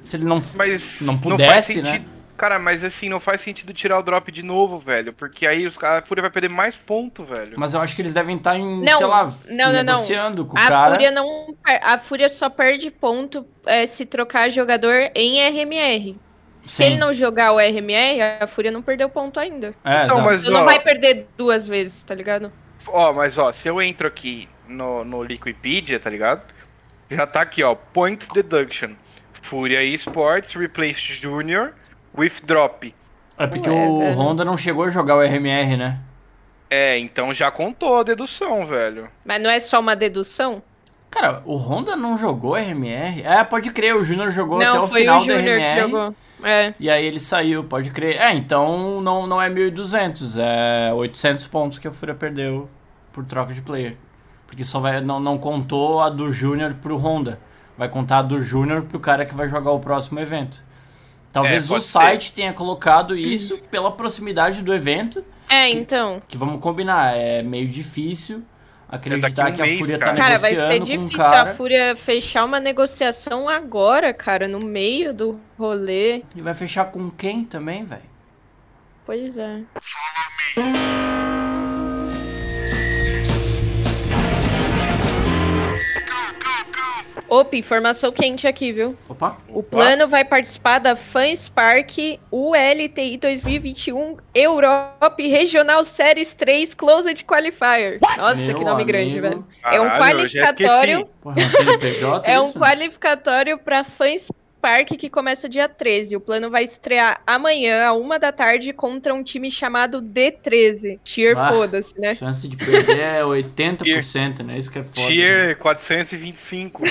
S3: Se ele não.
S4: Mas
S3: Não pudesse, né?
S4: faz sentido. Cara, mas assim, não faz sentido tirar o drop de novo, velho. Porque aí os, a Fúria vai perder mais ponto, velho.
S3: Mas eu acho que eles devem estar em,
S5: Não,
S3: sei lá,
S5: não, não, não.
S3: negociando com o
S5: a
S3: cara.
S5: Fúria não. per- A Fúria só perde ponto é, se trocar jogador em RMR. Se
S3: Sim.
S5: ele não jogar o RMR, a Fúria não perdeu ponto ainda.
S3: É,
S4: Então,
S3: exato.
S4: mas,
S5: Ele não
S4: ó,
S5: vai perder duas vezes, tá ligado?
S4: Ó, mas ó, se eu entro aqui no, no Liquipedia, tá ligado? Já tá aqui, ó. Points deduction. Fúria Esports replace Junior with drop.
S3: É porque
S5: Ué,
S3: o
S5: velho.
S3: Honda não chegou a jogar o RMR, né?
S4: É, então já contou a dedução, velho.
S5: Mas não é só uma dedução?
S3: Cara, o Honda não jogou RMR? É, pode crer, o Júnior jogou até
S5: não,
S3: o
S5: foi
S3: final
S5: o
S3: do
S5: Júnior que
S3: RMR.
S5: jogou. É.
S3: E aí ele saiu, pode crer. É, então não, não é 1.200, é 800 pontos que a Fúria perdeu por troca de player. Porque só vai, não, não contou a do Júnior pro Honda. Vai contar a do Júnior pro cara que vai jogar o próximo evento. Talvez
S4: É,
S3: o
S4: pode
S3: site tenha
S5: Hum.
S3: colocado isso pela proximidade do evento,
S5: É, então.
S3: que vamos combinar, é meio difícil acreditar
S4: um
S3: que a
S4: mês,
S3: Fúria tá
S4: cara.
S5: Cara, vai ser
S3: negociando com um
S5: difícil a
S3: cara
S5: Fúria fechar uma negociação agora, cara, no meio do rolê.
S3: e vai fechar com quem também, velho?
S5: Pois é. Opa, informação quente aqui, viu?
S3: Opa.
S5: O plano vai participar da Fanspark ULTI 2021 Europe Regional Series 3 Closed Qualifier. Nossa,
S3: Meu
S5: que nome grande,
S3: amigo.
S5: velho. É um
S4: Caralho, eu já esqueci.
S5: qualificatório.
S3: Porra, é um CNPJ
S5: É um
S3: isso?
S5: qualificatório para fãs Park, que começa dia 13. O plano vai estrear amanhã, à uma da tarde, contra um time chamado D13. Cheer,
S3: Ah.
S5: foda-se, né?
S3: chance de perder é 80%, né? Isso que é foda. né?
S4: Tier 425.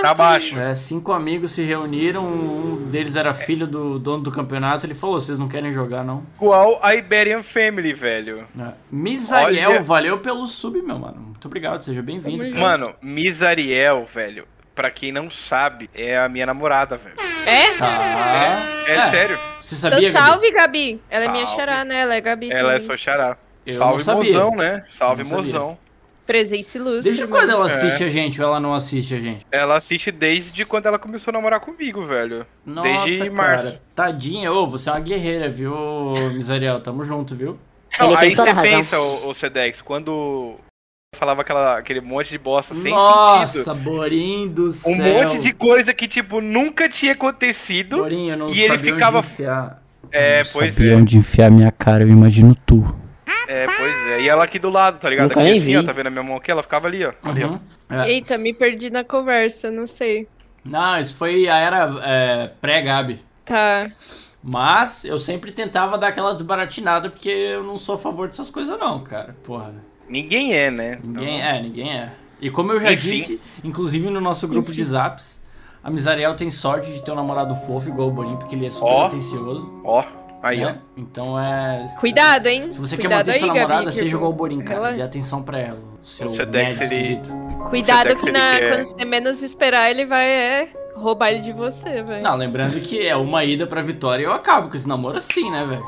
S4: Tá baixo.
S3: É, cinco amigos se reuniram, um deles era filho do dono do campeonato, ele falou, vocês não querem jogar, não?
S4: Igual a Iberian Family, velho.
S3: É. Misael,
S4: Olha.
S3: valeu pelo sub, meu mano. Muito obrigado, seja bem-vindo.
S5: Tamo
S3: cara.
S4: Mano, Misariel, velho. Pra quem não sabe, é a minha namorada, velho.
S5: É?
S3: Tá.
S4: É, sério.
S3: Você
S5: Então,
S3: sabia, Gabi?
S5: salve, Gabi. Ela é minha
S4: Salve.
S5: xará, né? Ela é Gabi.
S4: Ela é
S5: também.
S4: só xará.
S3: Eu
S4: Salve
S3: não sabia.
S4: mozão, né? Salve
S3: Eu não sabia.
S4: mozão.
S5: Presença ilustre.
S3: Desde quando ela
S4: É.
S3: assiste a gente ou ela não assiste a gente?
S4: Ela assiste desde quando ela começou a namorar comigo, velho.
S3: Nossa,
S4: Desde
S3: cara.
S4: março.
S3: Tadinha, ô, você é uma guerreira, viu, Misariel? Tamo junto, viu?
S4: Não,
S1: Ele tem
S4: aí
S1: toda
S4: você
S1: a razão.
S4: pensa, ô, ô Sedex, quando falava aquela, aquele monte de bosta sem
S3: Nossa,
S4: sentido.
S3: Borim do céu.
S4: Um monte de coisa que, tipo, nunca tinha acontecido.
S3: Borim, eu não
S4: e ele
S3: sabia
S4: ficava-
S3: Onde enfiar.
S4: É,
S3: Eu não
S4: pois
S3: sabia
S4: é.
S3: onde enfiar minha cara, eu imagino tu.
S4: É, pois é. E ela aqui do lado, tá ligado?
S1: Nunca
S4: Aqui
S1: nem
S4: assim,
S1: vi.
S4: ó, tá vendo a minha mão aqui? Ela ficava ali, ó. Ali, ó.
S3: Uhum. É.
S5: Eita, me perdi na conversa, não sei.
S3: Não, isso foi a era é, pré-Gabi.
S5: Tá.
S3: Mas eu sempre tentava dar aquela desbaratinada, porque eu não sou a favor dessas coisas não, cara. Porra,
S4: Ninguém é, né?
S3: ninguém
S4: Então,
S3: é, ninguém é. E como eu já
S4: Enfim.
S3: disse, inclusive no nosso grupo de zaps, a Misariel tem sorte de ter um namorado fofo igual o Borim, porque ele é super
S4: Ó.
S3: atencioso.
S4: Ó, aí, ó.
S3: é. né? Então é...
S5: Cuidado, hein?
S3: Se você
S5: Cuidado
S3: quer manter sua
S5: aí, Gabi,
S3: namorada,
S5: que
S3: seja
S5: eu-
S3: igual o Borim, cara.
S5: Ela-
S3: Dê atenção pra ela. O seu
S4: Você deve
S3: nerd
S4: ser-
S3: esquisito.
S5: Cuidado
S4: Você tá
S5: que
S4: que
S5: na-
S4: ele quer.
S5: quando você menos esperar, ele vai é, roubar ele de você, velho.
S3: Não, lembrando que é uma ida pra vitória e eu acabo com esse namoro assim, né, velho?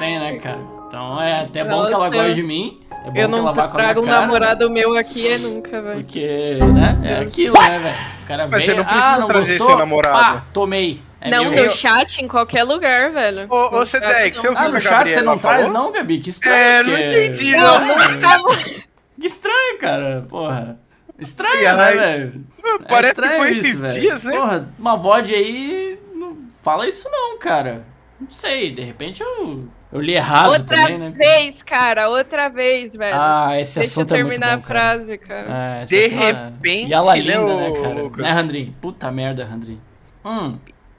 S3: Tem, né, cara? Então é até bom que ela
S5: Nossa, eu-
S3: goste de mim. É bom
S5: Eu
S3: que ela
S5: não
S3: vá com a minha
S5: trago um
S3: cara, né?
S5: namorado meu aqui é nunca, velho.
S3: Porque, né? É aquilo, né, velho? O cara
S4: Mas
S3: vem,
S4: você não precisa
S3: ah, não
S4: trazer
S3: gostou?
S4: seu namorado.
S3: Ah, tomei. É
S5: não,
S3: meu.
S5: no chat, em qualquer lugar, velho.
S4: Ô, ô,
S5: No
S4: Cedex,
S5: chat,
S4: eu
S5: não.
S3: Ah,
S4: vi
S3: no
S4: o
S3: chat você
S4: Gabriel
S3: não traz,
S4: falou.
S3: não, Gabi? Que estranho.
S4: É, não
S3: porque-
S4: entendi,
S5: Não, não tava.
S3: Que estranho, cara. Porra. Estranho,
S4: E
S3: né,
S4: aí-
S3: velho? É
S4: Parece que
S3: estranho
S4: foi
S3: isso,
S4: esses
S3: velho.
S4: dias, né?
S3: Porra, uma VOD aí. Não fala isso, não, cara. Não sei, de repente eu. Eu li errado
S5: Outra
S3: também, né?
S5: vez, cara, outra vez, velho.
S3: Ah, esse
S5: Deixa eu
S3: assunto é muito
S5: terminar
S3: bom,
S5: a
S3: cara.
S5: frase, cara.
S3: É, esse
S4: De
S3: assunto é-
S4: repente,
S3: E ela
S4: né,
S3: linda, né,
S4: ô,
S3: cara?
S4: Lucas?
S3: Né, Randrin? Puta merda, Randrin. Hum,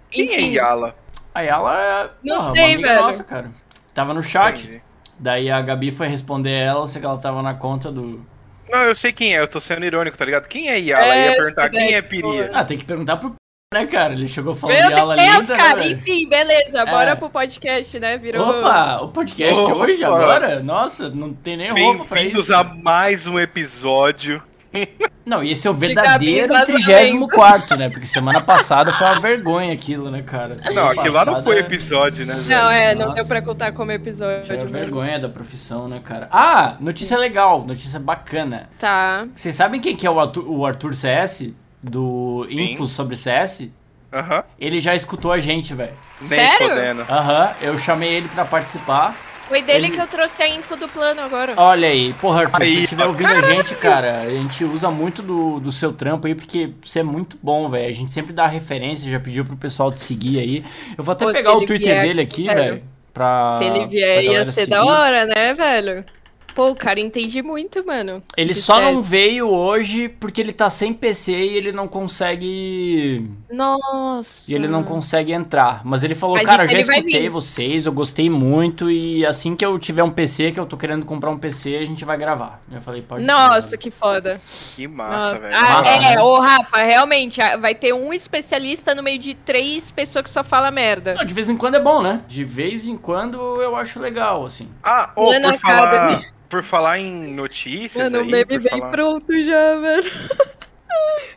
S4: Quem é
S5: Enfim.
S4: Yala?
S3: aí ela é.
S5: Não
S3: porra, uma
S5: sei,
S3: amiga
S5: velho.
S3: nossa, cara. Tava no chat,
S4: Entendi.
S3: daí a Gabi foi responder ela, eu sei que ela tava na conta do.
S4: Não, eu sei quem é, eu tô sendo irônico, tá ligado? Quem é Yala?
S5: É,
S4: eu ia perguntar
S5: Sedex,
S4: quem é Piria.
S3: Ah, tem que perguntar pro p, né, cara? Ele chegou falando
S5: Meu
S3: de ela
S5: Deus,
S3: linda,
S5: cara,
S3: né? velho?
S5: enfim, beleza, bora
S3: É.
S5: pro podcast, né? Virou.
S3: Opa, o podcast
S4: Opa.
S3: hoje, agora? Nossa, não tem nem roupa pra
S4: Bem-vindos
S3: isso.
S4: a mais um episódio.
S3: Não, e esse é o
S5: Fica
S3: verdadeiro
S5: bem
S3: 34, né? Porque semana passada foi uma vergonha aquilo, né, cara?
S4: não,
S3: Semana
S4: aquilo lá não
S3: passada-
S4: foi episódio, né? velho?
S5: Não, é, não
S3: Nossa.
S5: deu pra contar como episódio.
S3: Tinha
S5: velho.
S3: vergonha da profissão, né, cara? Ah, notícia legal, notícia bacana.
S5: Tá.
S3: Vocês sabem quem que é o Arthur, o Arthur CS? Do
S4: Sim.
S3: Infos sobre CS?
S4: Aham.
S3: Ele já escutou a gente, velho.
S4: Nem
S5: Sério?
S4: fodendo.
S3: Aham, eu chamei ele pra participar.
S5: Foi dele
S3: Ele-
S5: que eu trouxe a info do plano agora.
S3: Olha aí, porra, Arthur, se
S4: Aí,
S3: você estiver
S4: ó,
S3: ouvindo a gente, cara, a gente usa muito do, do seu trampo aí, porque você é muito bom, velho. A gente sempre dá referência, já pediu pro pessoal te seguir aí. Eu vou até
S5: Pô, se
S3: pegar o
S5: ele
S3: Twitter
S5: vier
S3: dele
S5: aqui,
S3: aqui,
S5: velho,
S3: velho, pra.
S5: Se ele
S3: pra
S5: vier, ia
S3: galera
S5: ser da
S3: seguir.
S5: hora, né, velho? Pô, o cara entende muito, mano.
S3: Ele
S5: de
S3: só
S5: série.
S3: não veio hoje porque ele tá sem PC e ele não consegue.
S5: Nossa.
S3: E ele não consegue entrar. Mas ele falou,
S5: Uhum. Mas
S3: cara,
S5: então
S3: já
S5: ele vai
S3: escutei
S5: vir."
S3: vocês, eu gostei muito. E assim que eu tiver um PC, que eu tô querendo comprar um PC, a gente vai gravar. Eu falei, pode
S5: Nossa,
S3: crer,
S5: que foda.
S4: Que massa,
S5: Nossa.
S4: velho.
S5: Ah,
S3: Massa,
S5: é,
S3: né?
S5: ô Rafa, realmente, ah, vai ter um especialista no meio de três pessoas que só fala merda.
S3: Não, de vez em quando é bom, né? De vez em quando eu acho legal, assim.
S4: Ah, ô,
S5: Lana
S4: por falar,
S5: Academy.
S4: por falar em notícias
S5: Mano, o
S4: aí,
S5: meme
S4: por
S5: vem
S4: falar...
S5: pronto já, velho.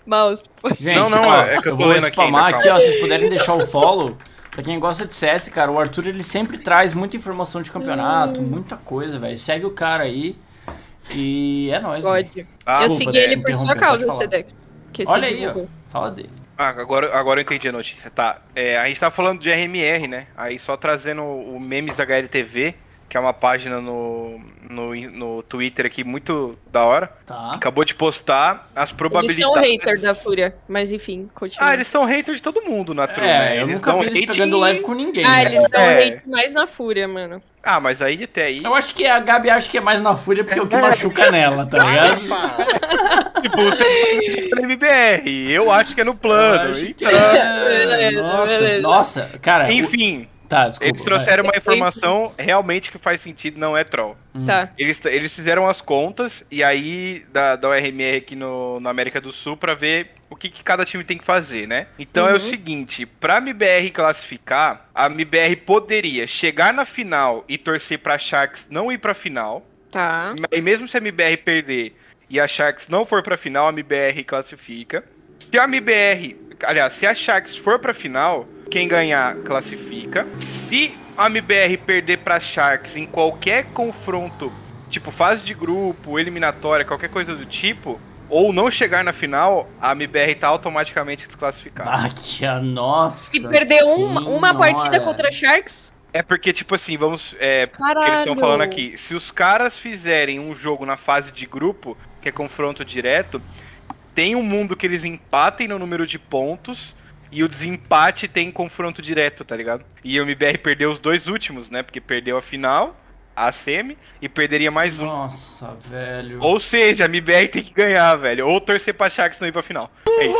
S5: Mouse, foi.
S3: Gente,
S4: Não, não,
S3: ó,
S4: é- é que eu tô
S3: vou
S4: lendo aqui
S3: spamar
S4: ainda,
S3: aqui,
S4: calma.
S3: ó, vocês puderem deixar o follow. Pra quem gosta de CS, cara, o Arthur ele sempre traz muita informação de
S5: Hum.
S3: campeonato, muita coisa, velho. Segue o cara aí. E é nóis, velho.
S5: God.
S4: Ah,
S5: eu
S3: desculpa,
S5: segui
S3: né,
S5: ele por sua
S3: interromper, pode
S5: causa,
S3: falar.
S5: Sedex. que
S3: Olha
S5: se
S3: aí, ó.
S5: divulgou.
S3: Fala dele.
S4: Ah, agora, agora eu entendi a notícia. Tá. É, a gente tá falando de RMR, né? Aí só trazendo o Memes HLTV, que é uma página no, no, no Twitter aqui muito da hora.
S3: Tá.
S4: Acabou de postar as
S5: Eles são
S4: probabilidades.
S5: hater da Fúria, mas enfim, continua.
S4: Ah, eles são haters de todo mundo na turma. né?
S3: É, eu
S4: Eles
S3: nunca
S4: dão
S3: vi eles
S4: hate
S3: pegando
S4: em-
S3: live com ninguém. né?
S5: Ah,
S3: velho.
S5: eles dão
S4: É.
S5: hate mais na Fúria, mano.
S4: Ah, mas aí até aí.
S3: Eu acho que a Gabi acha que é mais na fúria porque é o que machuca nela, tá ligado?
S4: Tipo, você assiste no MBR, eu acho que é no plano.
S3: acho que
S4: então,
S3: é.
S5: Beleza,
S3: Nossa,
S5: beleza.
S3: nossa, cara. o-
S4: Enfim,
S3: Tá, desculpa.
S4: eles trouxeram uma informação realmente que faz sentido, não é troll.
S5: Tá.
S4: Eles, eles fizeram as contas e aí da, da ORMR aqui no, na América do Sul pra ver o que, que cada time tem que fazer, né? Então é o seguinte, pra MBR classificar, a MBR poderia chegar na final e torcer pra Sharks não ir pra final.
S5: Tá.
S4: E mesmo se a MBR perder e a Sharks não for pra final, a MBR classifica. Se a MBR, aliás, se a Sharks for pra final, quem ganhar classifica. Se a MBR perder pra Sharks em qualquer confronto, tipo fase de grupo, eliminatória, qualquer coisa do tipo, ou não chegar na final, a MBR tá automaticamente desclassificada.
S3: Ah, que a nossa.
S5: E perder uma, uma
S3: senhora.
S5: partida contra a Sharks?
S4: É porque, tipo assim, vamos. É,
S5: Caralho.
S4: que eles estão falando aqui. Se os caras fizerem um jogo na fase de grupo, que é confronto direto, tem um mundo que eles empatem no número de pontos e o desempate tem confronto direto, tá ligado? E o MBR perdeu os dois últimos, né? Porque perdeu a final, a semi, e perderia mais um.
S3: Nossa, velho.
S4: Ou seja, a MBR tem que ganhar, velho. Ou torcer pra Sharks não ir pra final. É isso.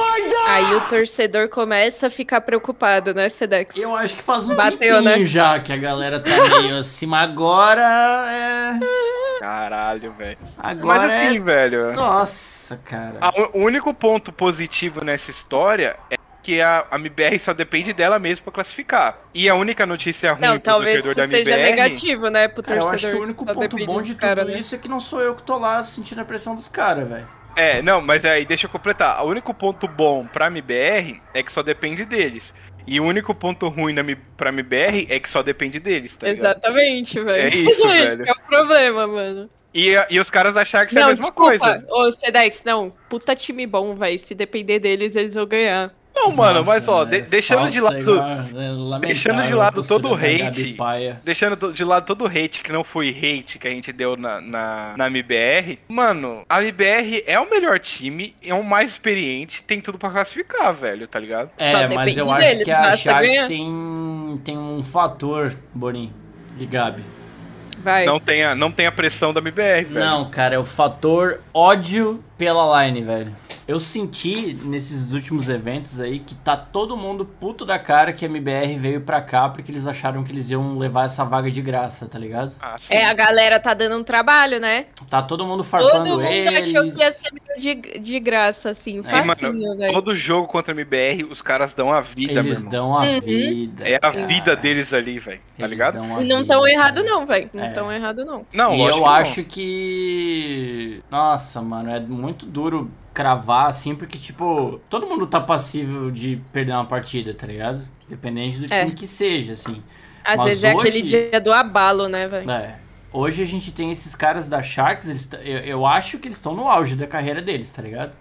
S5: Aí o torcedor começa a ficar preocupado, né, Sedex?
S3: Eu acho que faz um
S5: Bateu,
S3: tempinho
S5: né?
S3: já que a galera tá meio acima. Agora é.
S4: Caralho, velho.
S3: Agora
S4: Mas assim,
S3: é...
S4: velho.
S3: Nossa, cara.
S4: A- o único ponto positivo nessa história é que a, a MBR só depende dela mesma pra classificar. E a única notícia ruim
S5: Não,
S4: pro
S5: talvez
S4: torcedor
S5: isso
S4: da
S5: seja
S4: MBR.
S5: negativo, né, pro
S3: Cara, eu
S5: torcedor.
S3: acho que o único
S5: só
S3: ponto
S5: depende
S3: bom de
S5: dos
S3: tudo
S5: cara, né?
S3: isso é que não sou eu que tô lá sentindo a pressão dos caras, velho.
S4: É, não, mas aí deixa eu completar. O único ponto bom pra MBR é que só depende deles. E o único ponto ruim na, Mi- pra MBR é que só depende deles, tá ligado?
S5: Exatamente, velho.
S4: É isso,
S5: Esse
S4: velho.
S5: É o problema, mano.
S4: E, a- e os caras acharam que isso é
S5: não,
S4: a mesma
S5: desculpa.
S4: coisa.
S5: Ô, Sedex, não. Puta time bom, velho. Se depender deles, eles vão ganhar.
S4: Não, mano,
S3: Nossa,
S4: mas ó,
S3: é
S4: de- deixando de
S3: falsa,
S4: lado.
S3: é la- é
S4: deixando de
S3: lamentável
S4: lado
S3: a postura
S4: todo o
S3: da Gabi
S4: hate.
S3: Paia.
S4: Deixando do- de lado todo o hate que não foi hate que a gente deu na, na, na MBR. Mano, a MBR é o melhor time, é o mais experiente, tem tudo pra classificar, velho, tá ligado?
S3: É, mas
S5: depende tá
S3: eu acho
S5: deles,
S3: que a
S5: basta
S3: Sharks
S5: ganhar.
S3: tem, tem um fator, Bonin e Gabi.
S5: Vai.
S4: Não tem a, não tem a pressão da MBR, velho.
S3: É. Não, cara, é o fator ódio pela line, velho. Eu senti nesses últimos eventos aí que tá todo mundo puto da cara que a MBR veio pra cá porque eles acharam que eles iam levar essa vaga de graça, tá ligado?
S4: Ah, sim.
S5: É, a galera tá dando um trabalho, né?
S3: Tá todo mundo
S5: Todo
S3: farpando
S5: mundo
S3: eles.
S5: achou que ia ser meio de, de graça, assim.
S3: É,
S4: mano,
S5: facinho, velho.
S4: Todo jogo contra a MBR, os caras dão a vida, meu
S3: Eles
S4: irmão.
S3: dão a
S5: Uhum.
S3: vida.
S4: É a
S3: cara.
S4: vida deles ali, velho, tá
S3: Eles
S4: ligado?
S3: dão a
S5: E não
S3: vida,
S5: tão
S3: cara.
S5: errado, não, velho. Não
S3: É.
S5: tão errado, não.
S4: Não,
S3: e
S4: lógico
S3: eu
S4: que não.
S3: acho que. Nossa, mano, é muito duro cravar assim, porque, tipo, todo mundo tá passível de perder uma partida, tá ligado? Independente do
S5: É.
S3: time que seja, assim.
S5: Às
S3: Mas
S5: vezes é aquele
S3: hoje-
S5: dia do abalo, né, velho?
S3: É. Hoje a gente tem esses caras da Sharks, eles t- eu, eu acho que eles estão no auge da carreira deles, tá ligado?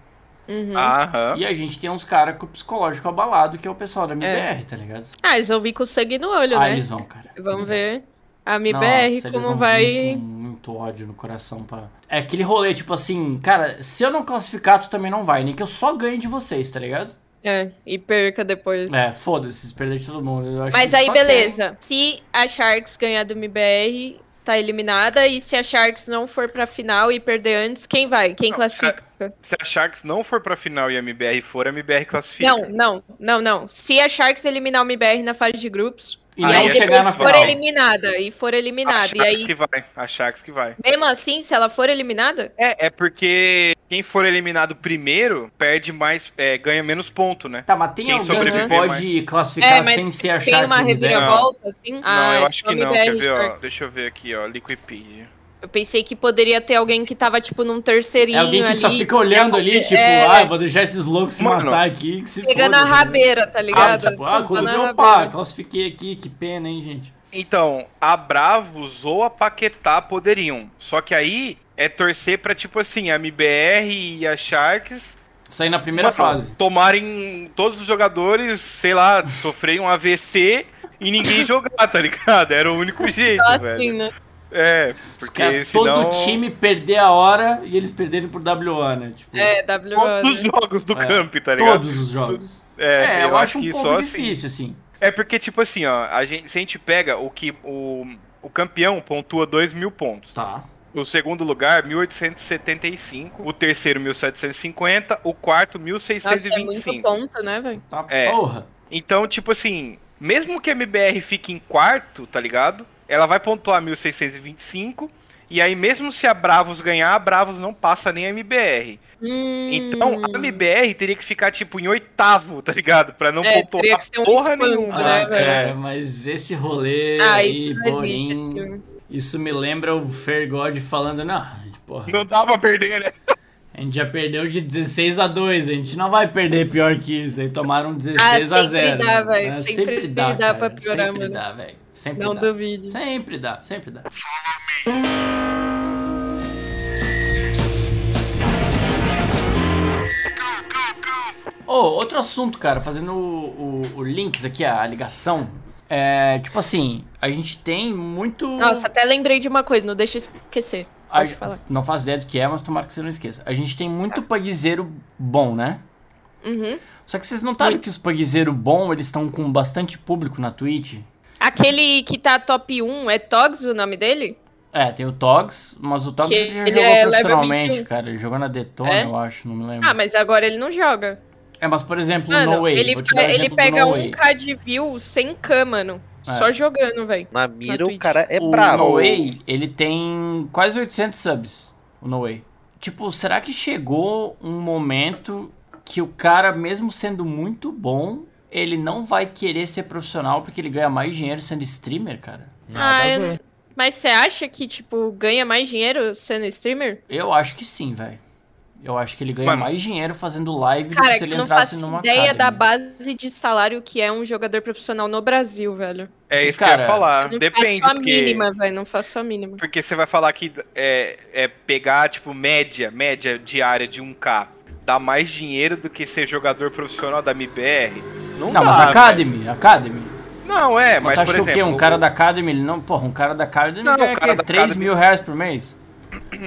S5: Uhum.
S4: Ah. Aham.
S3: E a gente tem uns caras com o psicológico abalado, que é o pessoal da MBR, tá ligado?
S5: Ah, eles vão vir com sangue no olho,
S3: Ah,
S5: né?
S3: eles vão, cara.
S5: Vamos
S3: Eles vão.
S5: ver a MBR
S3: Nossa, eles
S5: como
S3: vão vir
S5: vai.
S3: Com muito ódio no coração. Pra... É aquele rolê, tipo assim, cara, se eu não classificar, tu também não vai. Nem que eu só ganhe de vocês, tá ligado?
S5: É, e perca depois.
S3: É, foda-se, se perder de todo mundo. Eu acho
S5: Mas
S3: que
S5: aí,
S3: só
S5: beleza. Se a Sharks ganhar do MBR, tá eliminada. E se a Sharks não for pra final e perder antes, quem vai? Quem
S4: Não,
S5: classifica?
S4: Se a Sharks não for pra final e a MBR for, a MBR classifica.
S5: Não, não, não, não. Se a Sharks eliminar o MBR na fase de grupos,
S3: E
S5: e,
S4: é não
S5: aí
S4: chegar
S5: depois
S4: na
S5: for
S4: final.
S5: eliminada, e for
S4: A
S5: eliminada, e aí,
S4: Ah, Sharks que vai, a Sharks que vai.
S5: mesmo assim, se ela for eliminada,
S4: É, é porque quem for eliminado primeiro perde mais, é, ganha menos ponto, né?
S3: Tá, mas tem
S4: Quem
S3: alguém que
S4: sobreviver,
S3: pode classificar
S5: É, mas
S3: sem ser a
S5: tem uma
S3: Sharks e MBR?
S5: reviravolta, assim?
S4: não,
S5: Ah,
S4: eu
S5: é
S4: acho
S5: só
S4: que não.
S5: MBR
S4: Quer ver, ó?
S5: Sharks.
S4: Deixa eu ver aqui, ó. Liquipedia.
S5: Eu pensei que poderia ter alguém que tava, tipo, num terceirinho
S3: É alguém que só
S5: ali,
S3: fica olhando
S5: né?
S3: ali, tipo,
S5: É,
S3: ah, eu vou deixar esses loucos se
S4: Mano,
S3: matar aqui, que se
S5: Pegando a
S3: foda, né?
S5: rabeira, tá
S3: Ah,
S5: ligado?
S3: tipo, ah, quando
S5: Pegando a
S3: viu, pá,
S5: rabeira.
S3: classifiquei aqui, que pena, hein, gente.
S4: Então, a Bravos ou a Paquetá poderiam. Só que aí é torcer pra, tipo assim, a MBR e a Sharks
S3: Isso aí na primeira
S4: mano,
S3: fase.
S4: tomarem todos os jogadores, sei lá, sofrerem um AVC e ninguém jogar, tá ligado? Era o único jeito,
S5: Só
S4: velho.
S5: assim, né?
S4: É,
S3: Os
S4: porque
S3: caras,
S4: senão...
S3: todo time perder a hora e eles perderem por WO, né? Tipo,
S5: É, WO.
S4: Todos
S5: né?
S4: os jogos do
S3: É,
S4: camp, tá ligado?
S3: todos os jogos.
S4: É, eu, acho, que
S3: um pouco
S4: só assim.
S3: difícil, assim.
S4: É porque, tipo assim, ó, a gente, se a gente pega o que o, o campeão pontua 2 mil pontos.
S3: Tá.
S4: O segundo lugar, 1875. O terceiro, 1750. O quarto,
S5: Nossa, é muito
S4: 1625.
S5: ponto, né, velho?
S3: Tá
S4: É.
S3: porra.
S4: então, tipo assim, mesmo que a MBR fique em quarto, tá ligado? Ela vai pontuar 1625. E aí, mesmo se a Bravos ganhar, a Bravos não passa nem a MBR.
S5: Hum,
S4: Então, a MBR teria que ficar, tipo, em oitavo, tá ligado? Pra não
S5: É, teria
S4: pontuar
S5: que ser um
S4: porra
S5: espanto,
S4: nenhuma.
S5: né,
S3: Ah,
S5: velho?
S3: cara, mas esse rolê
S5: ah,
S3: aí,
S5: isso não existe, assim. esse
S3: Borim,
S5: filme.
S3: isso me lembra o Fergod falando, não, porra,
S4: Não dá pra perder, né?
S3: a gente já perdeu de 16 a 2, a gente não vai perder pior que isso. Aí tomaram 16
S5: Ah,
S3: a 0.
S5: sempre dá, velho,
S3: né?
S5: sempre
S3: dá,
S5: dá
S3: cara,
S5: pra piorar,
S3: sempre
S5: mano.
S3: dá, velho. Sempre
S5: Não
S3: dá.
S5: duvide.
S3: Sempre dá, sempre dá. Ô, outro assunto, cara, fazendo o, o, o links aqui, a ligação. É, tipo assim, a gente tem muito.
S5: Nossa, até lembrei de uma coisa, não deixa eu esquecer.
S3: a,
S5: pode falar.
S3: não faço ideia do que é, mas tomara que você não esqueça. A gente tem muito paguizeiro bom, né?
S5: Uhum.
S3: Só que vocês notaram que os paguizeiro bom, eles estão com bastante público na Twitch?
S5: Aquele que tá top 1 é Togs o nome dele?
S3: É, tem o Togs, mas o Togs
S5: Que
S3: ele já
S5: ele
S3: jogou
S5: é level
S3: profissionalmente,
S5: 21.
S3: cara. Ele jogou na Detona,
S5: É?
S3: eu acho, não me lembro.
S5: Ah, mas agora ele não joga.
S3: É, mas por exemplo, o
S5: Mano,
S3: Hum. No Way.
S5: ele,
S3: vou te dar
S5: pe-
S3: um
S5: ele
S3: exemplo do
S5: pega
S3: No Way.
S5: 1k de view sem K, mano.
S3: É.
S5: Só jogando, velho.
S1: Na mira
S5: Twitch.
S1: o cara é
S3: o
S1: bravo.
S3: No Way, ele tem quase 800 subs, o No Way. Tipo, será que chegou um momento que o cara, mesmo sendo muito bom, ele não vai querer ser profissional porque ele ganha mais dinheiro sendo streamer, cara?
S5: Ah,
S7: Nada a
S5: eu-
S7: ver.
S5: Mas você acha que, tipo, ganha mais dinheiro sendo streamer?
S3: Eu acho que sim, velho. Eu acho que ele ganha
S4: Mano.
S3: mais dinheiro fazendo live do
S5: Cara,
S3: que se
S5: que
S3: ele
S5: eu não
S3: entrasse
S5: faço
S3: numa né?
S5: ideia da
S3: academy.
S5: base de salário que é um jogador profissional no Brasil, velho.
S4: É isso que eu
S3: Cara,
S4: ia falar.
S5: Eu Não
S4: Depende,
S5: faço a
S4: porque,
S5: mínima, velho. Não faço a mínima.
S4: porque você vai falar que é, é pegar, tipo, média, média diária de 1K. Dá mais dinheiro do que ser jogador profissional da MBR. Não,
S3: Não,
S4: dá,
S3: mas
S4: velho.
S3: Academy, Academy.
S4: Não, é,
S3: Mas,
S4: mas,
S3: tu acha
S4: por
S3: que o quê?
S4: exemplo.
S3: Um cara da Academy, ele não. Porra, um cara da Academy
S4: Não,
S3: ganha
S4: o cara
S3: o quê?
S4: da
S3: 3
S4: Academy-
S3: mil reais por mês?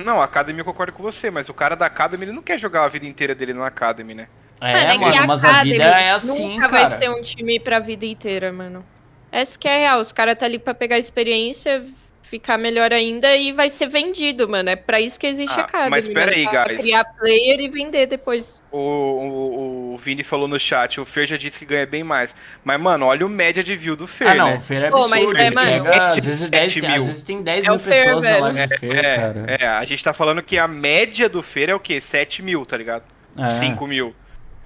S4: Não, a Academy eu concordo com você, mas o cara da Academy ele não quer jogar a vida inteira dele na Academy, né?
S3: É,
S5: que
S3: mano, mas a vida
S5: Academy
S3: é assim,
S5: nunca
S3: cara.
S5: vai ser um time pra vida inteira, mano. Essa que é a real. Os caras tá ali pra pegar experiência, ficar melhor ainda e vai ser vendido, mano. É pra isso que existe
S4: Ah,
S5: a Academy.
S4: mas pera
S5: mano,
S4: aí,
S5: pra
S4: guys.
S5: criar player e vender depois.
S4: O, o, o Vini falou no chat, o Fer já disse que ganha bem mais. Mas, mano, olha o média de view do Fer,
S3: Ah, não,
S4: né? tipo
S3: o Fer é
S5: Pô,
S3: absurdo.
S5: mas é,
S3: ele
S5: mano,
S3: pega, às,
S4: sete
S3: vezes 10,
S4: mil.
S3: às vezes tem 10
S5: É
S3: mil
S5: o Fer,
S3: pessoas na
S5: velho.
S3: live do Fer, cara.
S4: É, a gente tá falando que a média do Fer é o quê? 7 mil, tá ligado?
S3: É.
S4: 5 mil.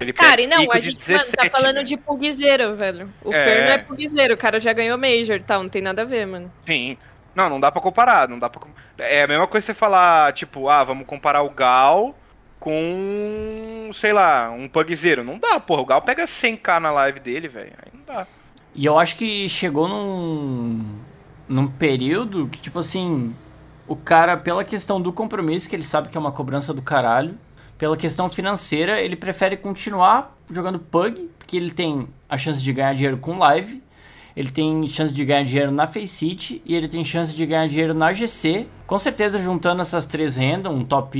S4: Ele
S5: Cara,
S4: pega
S5: e não,
S4: pico
S5: a
S4: de
S5: gente mano, tá falando
S4: velho.
S5: de pulguizeiro, velho. O
S4: É.
S5: Fer não é pulguizeiro, o cara já ganhou Major, tá? Não tem nada a ver, mano.
S4: Sim. Não, não dá pra comparar, não dá pra... com- É a mesma coisa você falar, tipo, ah, vamos comparar o Gal com, sei lá, um pugzeiro. Não dá, porra, o Gal pega 100k na live dele, velho, aí não dá.
S3: E eu acho que chegou num. num período que, tipo assim. O cara, pela questão do compromisso, que ele sabe que é uma cobrança do caralho, pela questão financeira, ele prefere continuar jogando Pug, porque ele tem a chance de ganhar dinheiro com live, ele tem chance de ganhar dinheiro na Faceit e ele tem chance de ganhar dinheiro na GC. Com certeza, juntando essas três rendas, um top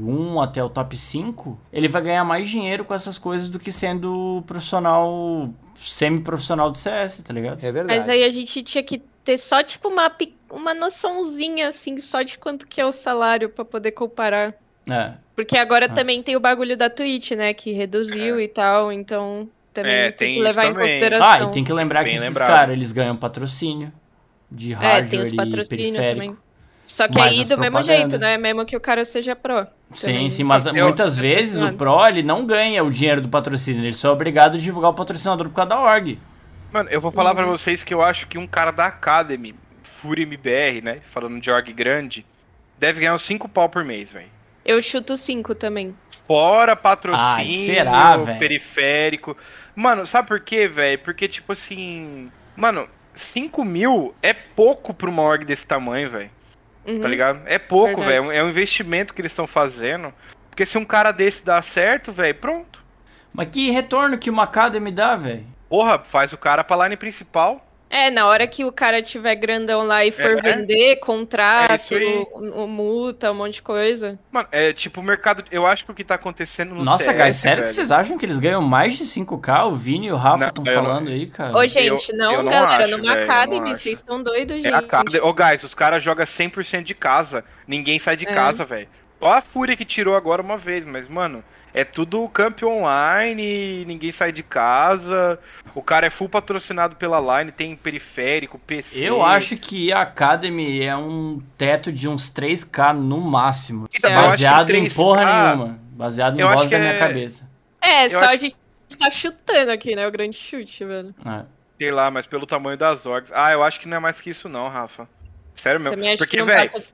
S3: 1 até o top 5, ele vai ganhar mais dinheiro com essas coisas do que sendo profissional, semi-profissional do CS, tá ligado?
S7: É verdade.
S5: Mas aí a gente tinha que ter só, tipo, uma, pe- uma noçãozinha, assim, só de quanto que é o salário pra poder comparar.
S3: É.
S5: Porque agora
S3: Ah. É.
S5: também tem o bagulho da Twitch, né? Que reduziu e tal, então também
S4: É,
S5: tem,
S4: tem
S5: que levar
S4: isso
S5: em
S4: também.
S5: consideração.
S3: Ah, e tem que lembrar
S4: Bem
S3: que esses
S4: lembrado.
S3: caras, eles ganham patrocínio de
S5: É, tem
S3: hardware
S5: os
S3: e
S5: patrocínios
S3: periférico.
S5: também. Só que
S3: Mais
S5: aí
S3: as
S5: do mesmo
S3: propaganda.
S5: jeito, né? Mesmo que o cara seja pró.
S3: Sim,
S5: Também. é
S3: sim, mas
S4: Eu-
S3: muitas vezes o
S5: patrocinado.
S3: Pro ele não ganha o dinheiro do patrocínio, ele só é obrigado a divulgar o patrocinador por causa da org.
S4: Mano, eu vou falar pra vocês que eu acho que um cara da Academy, Fury MBR, né, falando de org grande, deve ganhar uns 5 pau por mês, velho.
S5: Eu chuto cinco também.
S4: Fora patrocínio,
S3: Ai, será, velho?
S4: periférico. Mano, sabe por quê, velho? Porque, tipo assim. Mano, 5 mil é pouco pra uma org desse tamanho, velho.
S5: Uhum.
S4: Tá ligado? É pouco,
S5: Verdade.
S4: velho. É um investimento que eles estão fazendo. Porque se um cara desse dá certo, velho, pronto.
S3: Mas que retorno que uma Academy dá, velho?
S4: Porra, faz o cara pra line principal.
S5: É, na hora que o cara tiver grandão lá e for
S4: É.
S5: vender, contrato,
S4: É isso aí.
S5: o- o multa, um monte de coisa.
S4: Mano, é tipo o mercado. Eu acho que o que tá acontecendo no
S3: Nossa,
S4: CS,
S3: guys, sério que
S4: velho,
S3: vocês acham que eles ganham mais de 5k? O Vini e o Rafa
S4: Não,
S3: estão
S4: eu não-
S3: falando aí, cara.
S5: Ô, gente, não, tá
S4: eu não
S5: galera,
S4: acho,
S5: numa
S4: velho, eu não
S5: Academy,
S4: acho.
S5: vocês estão doidos, gente.
S4: É a casa. Ô, guys, os caras jogam 100% de casa. Ninguém sai de
S5: É.
S4: casa, velho. Ó a fúria que tirou agora uma vez, mas, mano, é tudo camp online, ninguém sai de casa. O cara é full patrocinado pela Line, tem periférico, PC.
S3: Eu acho que a Academy é um teto de uns 3k no máximo.
S4: Então,
S5: eu acho que
S3: Baseado em
S4: 3K
S3: porra nenhuma. Baseado em
S4: eu acho
S3: voz
S4: que
S3: da minha
S4: é-
S3: cabeça.
S5: É,
S4: Eu
S5: só a
S4: acho-
S5: gente tá chutando aqui, né? O grande chute, velho.
S3: É.
S4: Sei lá, mas pelo tamanho das orgs. Ah, eu acho que não é mais que isso, não, Rafa. Sério mesmo.
S5: Também acho
S4: Porque,
S5: que não
S4: velho,
S5: passa...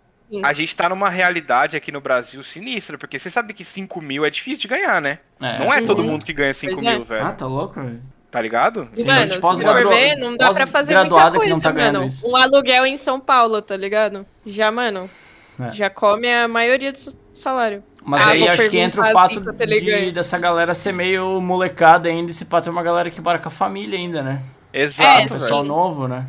S4: a gente tá numa realidade aqui no Brasil sinistra, porque você sabe que 5 mil é difícil de ganhar, né? Não é todo
S5: Uhum.
S4: mundo que ganha 5
S5: Pois é.
S4: mil,
S3: Ah,
S4: velho.
S3: tá louco, velho?
S4: Tá ligado?
S5: E,
S3: Tem
S5: Mano,
S3: gente
S5: se
S3: pós-gradua-
S5: for ver, não dá pra fazer muita
S3: pós-graduada
S5: coisa,
S3: que não tá ganhando
S5: mano.
S3: isso.
S5: Um aluguel em São Paulo, tá ligado? Já, mano,
S3: É.
S5: já come a maioria do su- salário.
S3: Mas
S5: Ah,
S3: aí
S5: vou
S3: acho que
S5: perguntar
S3: entra o
S5: assim
S3: fato
S5: quanto ele
S3: de-
S5: ganha.
S3: dessa galera ser meio molecada ainda, e se pá, tem uma galera que barca a família ainda, né?
S4: Exato,
S5: É,
S4: velho.
S3: Pessoal novo, né?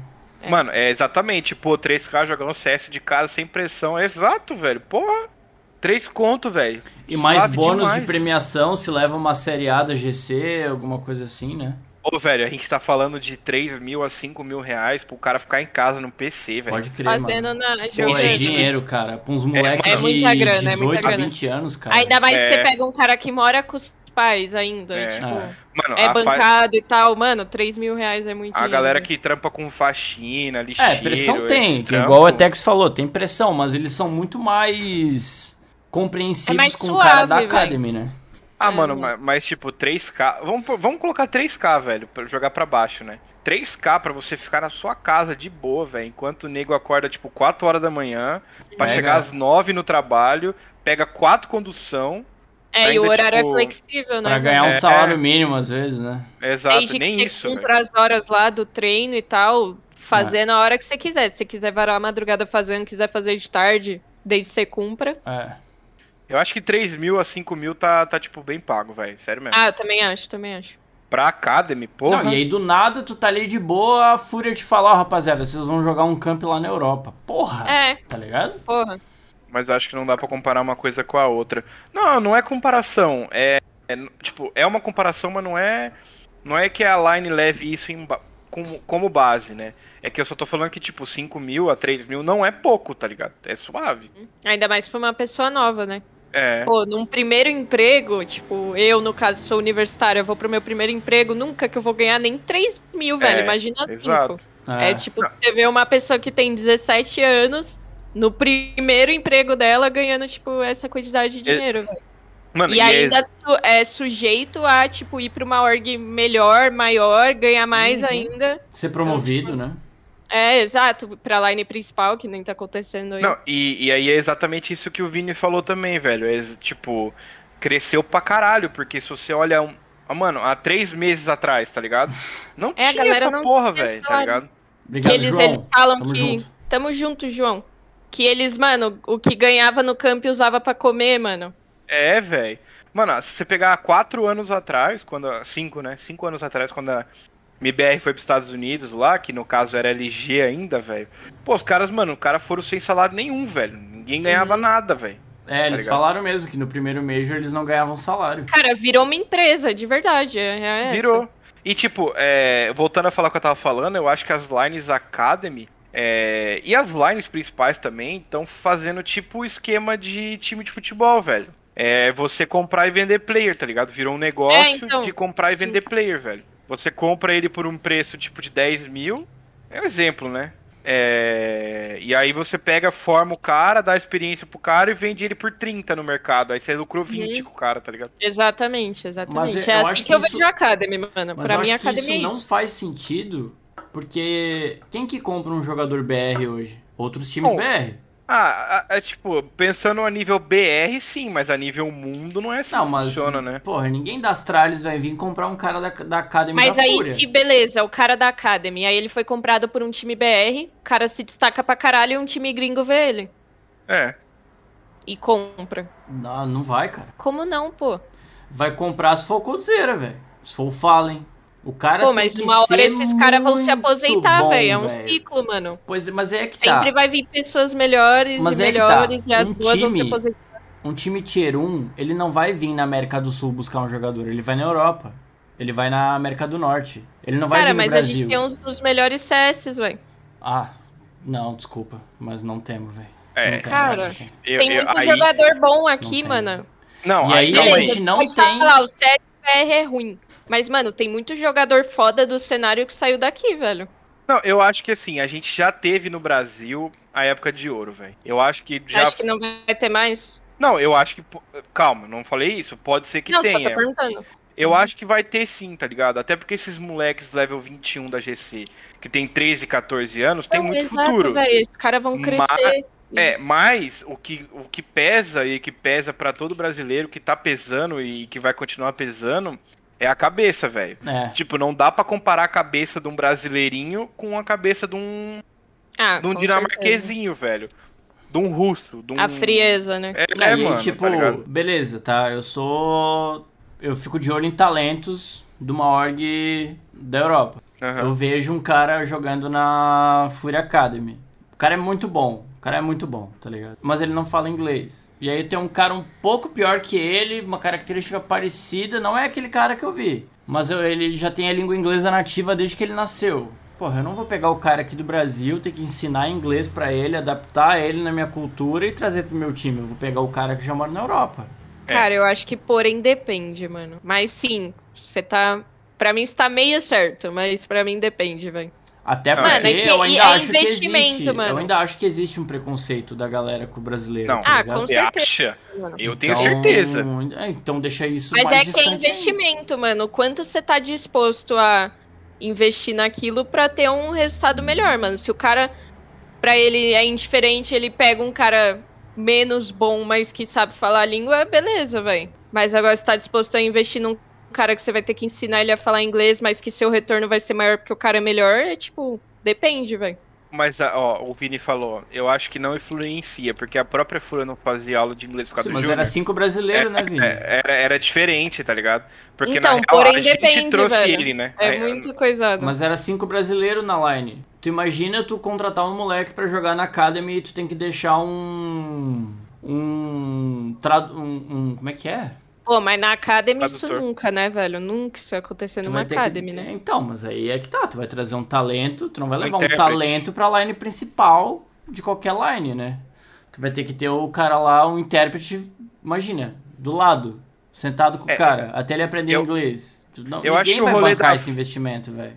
S4: Mano, é exatamente. Pô, 3K jogando CS de casa sem pressão. É exato, velho. Porra. 3 conto, velho.
S3: E mais
S4: Suave
S3: bônus
S4: demais.
S3: de premiação se leva uma série A da GC, alguma coisa assim, né?
S4: Ô, velho, a gente tá falando de 3 mil a 5 mil reais pro cara ficar em casa no PC, velho.
S3: Pode crer,
S5: Fazendo
S3: mano.
S5: na
S4: Tem
S3: Porra, é
S4: gente
S5: jogando.
S4: que-
S3: dinheiro, cara. Pra uns moleques
S4: mano.
S5: É muita
S3: de
S5: grana, é
S3: 18,
S5: muita
S3: a
S5: grana.
S3: 20 anos, cara.
S5: Ainda mais se
S4: É.
S5: você pega um cara que mora com os pais ainda,
S4: É.
S5: tipo,
S4: Mano,
S5: é,
S4: a, fa-
S5: bancado e tal, mano, 3 mil reais é muito
S4: a
S5: dinheiro.
S4: galera que trampa com faxina, lixeiro...
S3: É, pressão tem,
S4: esses
S3: que igual é o
S4: trampos.
S3: Tex falou, tem pressão, mas eles são muito mais compreensivos
S5: É mais
S3: com o cara da
S5: suave, véi.
S3: Academy, né?
S4: Ah,
S5: É,
S4: mano,
S5: não.
S4: ma- mas, tipo, 3K. Vamos, pô- vamos colocar 3K, velho, pra jogar pra baixo, né? 3K pra você ficar na sua casa de boa, velho, enquanto o nego acorda, tipo, 4 horas da manhã, pra
S3: Pega.
S4: chegar às 9 no trabalho, pega 4 condução.
S5: É, e o
S4: ainda,
S5: horário
S4: tipo,
S5: é flexível, né?
S3: Pra ganhar um
S4: É.
S3: salário mínimo, às vezes, né?
S5: Tem
S4: Exato,
S5: gente
S4: nem
S5: que
S4: isso, velho.
S5: cumpre as horas lá do treino e tal, fazendo a hora que você quiser. Se você quiser varar a madrugada fazendo, quiser fazer de tarde, desde que você cumpra.
S3: É.
S4: Eu acho que 3 mil a 5 mil tá, tá, tipo, bem pago, velho. Sério mesmo.
S5: Ah, eu também acho, também acho.
S4: Pra Academy, porra.
S3: Não, e aí do nada tu tá ali de boa, a fúria te fala, ó, rapaziada, vocês vão jogar um camp lá na Europa. Porra!
S4: Ah.
S5: É,
S3: Tá ligado?
S5: porra.
S4: Mas acho que não dá pra comparar uma coisa com a outra. Não, não é comparação. É, é, tipo, é uma comparação, mas não é não é que a Line leve isso em ba- como, como base, né? É que eu só tô falando que tipo 5 mil a 3 mil não é pouco, tá ligado? É suave.
S5: Ainda mais pra uma pessoa nova, né?
S4: É.
S5: Pô, num primeiro emprego, tipo, eu, no caso, sou universitária, eu vou pro meu primeiro emprego, nunca que eu vou ganhar nem 3 mil, velho. Imagina
S4: É, exato.
S5: 5. É tipo, você vê uma pessoa que tem 17 anos, no primeiro emprego dela, ganhando, tipo, essa quantidade de
S4: É-
S5: dinheiro, velho.
S4: Mano,
S5: E
S4: é
S5: ainda
S4: ex-
S5: su- é sujeito a, tipo, ir pra uma org melhor, maior, ganhar mais
S4: Uhum.
S5: ainda.
S3: Ser promovido, né?
S5: É, exato, pra line principal, que nem tá acontecendo aí.
S4: Não, e, e aí é exatamente isso que o Vini falou também, velho. É, ex- tipo, cresceu pra caralho, porque se você olha um ah, Mano, há três meses atrás, tá ligado? Não
S5: É, a
S4: tinha
S5: galera
S4: essa
S5: não
S4: porra,
S5: tinha
S4: velho, tá
S5: salário.
S4: ligado?
S3: Obrigado,
S5: eles,
S3: João.
S5: eles falam
S3: Tamo
S5: que.
S3: junto.
S5: Tamo junto, João. Que eles, mano, o que ganhava no camp usava pra comer, mano.
S4: É, velho. Mano, se você pegar quatro anos atrás, quando. a- Cinco, né? Cinco anos atrás, quando a MBR foi pros Estados Unidos lá, que no caso era LG ainda, velho. Pô, os caras, mano, os caras foram sem salário nenhum, velho. Ninguém ganhava nada, velho.
S3: É, eles
S4: ligado?
S3: falaram mesmo que no primeiro Major eles não ganhavam salário.
S5: Cara, virou uma empresa, de verdade. é- é essa.
S4: Virou. E tipo, é, voltando a falar o que eu tava falando, eu acho que as lines Academy é, e as lines principais também estão fazendo tipo o esquema de time de futebol, velho. É você comprar e vender player, tá ligado? Virou um negócio
S5: É, então.
S4: de comprar e vender player, velho. Você compra ele por um preço tipo de 10 mil, é um exemplo, né? É, e aí você pega, forma o cara, dá experiência pro cara e vende ele por 30 no mercado. Aí você lucrou 20
S5: Uhum.
S4: com o cara, tá ligado?
S5: Exatamente, exatamente.
S3: Mas eu
S5: é assim
S3: acho
S5: que,
S3: que
S5: eu
S3: isso-
S5: vejo a Academy, mano.
S3: Mas
S5: pra
S3: eu
S5: mim, a
S3: acho que
S5: Academy
S3: isso
S5: é isso.
S3: não faz sentido, porque quem que compra um jogador BR hoje? Outros times
S4: Bom,
S3: BR.
S4: Ah, a- é tipo, pensando a nível BR, sim, mas a nível mundo não é assim
S3: Não,
S4: que
S3: mas.
S4: funciona, né?
S3: Porra, ninguém das tralhas vai vir comprar um cara da, da Academy
S5: Mas
S3: da
S5: aí,
S3: Fúria.
S5: se beleza, é o cara da Academy, aí ele foi comprado por um time BR, o cara se destaca pra caralho e um time gringo vê ele
S4: É.
S5: e compra.
S3: Não, não vai, cara.
S5: Como não, pô?
S3: Vai comprar se for o Coldzera, velho. Se for o Fallen. O cara
S5: Pô,
S3: tem
S5: mas
S3: que
S5: uma hora
S3: ser
S5: esses caras vão se
S3: muito
S5: aposentar,
S3: bom,
S5: velho. É um ciclo, mano.
S3: Pois, é, mas é que tá.
S5: Sempre vai vir pessoas melhores
S3: Mas
S5: e
S3: é que tá.
S5: melhores e as
S3: Um
S5: duas vão se
S3: time-
S5: aposentar.
S3: Um time tier 1, ele não vai vir na América do Sul buscar um jogador. Ele vai na Europa. Ele vai na América do Norte. Ele não vai
S5: Cara,
S3: vir no
S5: mas a
S3: Brasil.
S5: gente tem um dos melhores CS, velho.
S3: Ah, não, desculpa. mas não temos, velho.
S4: É,
S3: não temos.
S5: Cara,
S3: assim.
S4: eu,
S5: Tem
S4: eu-
S5: muito
S4: aí-
S5: jogador bom aqui,
S3: tem.
S5: mano.
S4: Não,
S3: E
S4: aí,
S3: aí,
S4: calma aí.
S3: gente, não
S5: pode
S3: tem-
S5: falar, o CS PR é ruim. Mas, mano, tem muito jogador foda do cenário que saiu daqui, velho.
S4: Não, eu acho que assim, a gente já teve no Brasil a época de ouro, velho. Eu acho que já.
S5: Acho que não vai ter mais.
S4: Não, eu acho que. po- Calma, não falei isso. Pode ser que
S5: não, tá só tô
S4: tenha.
S5: perguntando.
S4: Eu acho que vai ter sim, tá ligado? Até porque esses moleques level 21 da GC, que tem 13, 14 anos, tem
S5: Não,
S4: muito
S5: É, exato,
S4: futuro.
S5: velho, Os caras vão
S4: Mas-
S5: crescer.
S4: É, mas o que, o que pesa e que pesa pra todo brasileiro que tá pesando e que vai continuar pesando é a cabeça, velho.
S3: É.
S4: Tipo, não dá pra comparar a cabeça de um brasileirinho com a cabeça de um,
S5: Ah,
S4: de um
S5: com
S4: dinamarquezinho, velho. De um russo, de um...
S5: certeza. A frieza, né?
S4: É,
S3: Não, e aí,
S4: mano,
S3: tipo,
S4: tá ligado?
S3: beleza, tá? Eu sou. Eu fico de olho em talentos de uma org da Europa.
S4: Aham.
S3: Eu vejo um cara jogando na Fury Academy. O cara é muito bom. O cara é muito bom, tá ligado? Mas ele não fala inglês. E aí tem um cara um pouco pior que ele, uma característica parecida. Não é aquele cara que eu vi. Mas eu- ele já tem a língua inglesa nativa desde que ele nasceu. Porra, eu não vou pegar o cara aqui do Brasil, ter que ensinar inglês pra ele, adaptar ele na minha cultura e trazer pro meu time. Eu vou pegar o cara que já mora na Europa.
S4: É.
S5: Cara, eu acho que porém depende, mano. Mas sim, você tá. Pra mim está meio certo, mas pra mim depende, velho.
S3: Até
S4: Mano,
S3: porque
S5: é que-
S3: eu
S5: e
S3: ainda
S5: é
S3: acho que
S5: investimento,
S3: existe. Eu
S5: mano.
S3: ainda acho que existe um preconceito da galera com o brasileiro.
S4: Não.
S3: tá
S5: Ah,
S3: ligado?
S5: com
S4: Você
S5: certeza.
S4: acha?
S5: mano.
S4: Eu tenho
S3: Então,
S4: certeza.
S3: é, então deixa isso
S5: Mas
S3: mais
S5: é que é
S3: distante ainda.
S5: investimento, mano. O Quanto você tá disposto a investir naquilo pra ter um resultado melhor, mano. Se o cara, pra ele é indiferente, ele pega um cara menos bom, mas que sabe falar a língua, beleza, velho. Mas agora você tá disposto a investir num cara que você vai ter que ensinar ele a falar inglês, mas que seu retorno vai ser maior porque o cara é melhor, é tipo, depende, velho.
S4: Mas, ó, o Vini falou, eu acho que não influencia, porque a própria Fura não fazia aula de inglês por causa
S3: Sim,
S4: do
S3: mas
S4: Júnior.
S3: era cinco brasileiros, né, Vini?
S4: É, era, era diferente, tá ligado? Porque
S5: Então,
S4: na real
S5: porém,
S4: a gente
S5: depende,
S4: trouxe
S5: velho.
S4: ele, né?
S5: É
S4: Aí,
S5: muito coisado.
S3: Mas era cinco brasileiros na line. Tu imagina tu contratar um moleque pra jogar na Academy e tu tem que deixar um. Um, trad- um, um- Como é que é?
S5: Pô, mas na Academy isso
S4: Tradutor.
S5: nunca, né, velho? Nunca isso vai acontecer
S3: Tu
S5: numa
S3: vai ter que-
S5: Academy, né?
S3: É, Então, mas aí é que tá. Tu vai trazer um talento, tu não vai
S4: Um
S3: levar um
S4: intérprete.
S3: talento pra line principal de qualquer line, né? Tu vai ter que ter o cara lá, um intérprete, imagina, do lado, sentado com o
S4: É,
S3: cara, até ele aprender
S4: eu-
S3: inglês. Tu não-
S4: eu acho
S3: ninguém
S4: que o
S3: vai
S4: rolê
S3: bancar
S4: da-
S3: esse investimento, velho.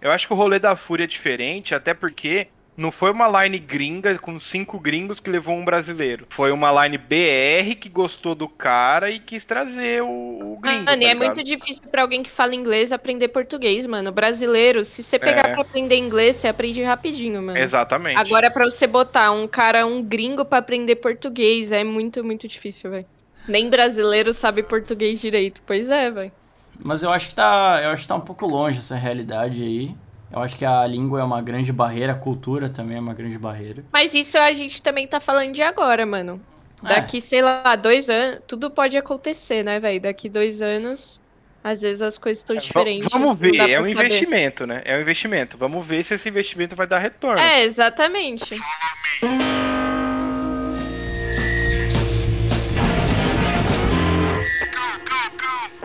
S4: Eu acho que o rolê da Fúria é diferente, até porque não foi uma line gringa com cinco gringos que levou um brasileiro. Foi uma line BR que gostou do cara e quis trazer o, o gringo.
S5: Mano, e
S4: tá
S5: é
S4: ligado?
S5: muito difícil pra alguém que fala inglês aprender português, mano. Brasileiro, se você pegar
S4: É.
S5: pra aprender inglês, você aprende rapidinho, mano.
S4: Exatamente.
S5: Agora, é pra você botar um cara, um gringo, pra aprender português, é muito, muito difícil, velho. Nem brasileiro sabe português direito. Pois é, velho.
S3: Mas eu acho que tá. Eu acho que tá um pouco longe essa realidade aí. Eu acho que a língua é uma grande barreira, a cultura também é uma grande barreira.
S5: Mas isso a gente também tá falando de agora, mano.
S3: É.
S5: Daqui, sei lá, dois anos, tudo pode acontecer, né, velho? Daqui dois anos, às vezes as coisas estão
S4: Va-
S5: diferentes.
S4: É, Vamos
S5: não
S4: ver,
S5: dá
S4: é
S5: pra
S4: um
S5: saber.
S4: investimento, né? É um investimento. Vamos ver se esse investimento vai dar retorno.
S5: É, exatamente.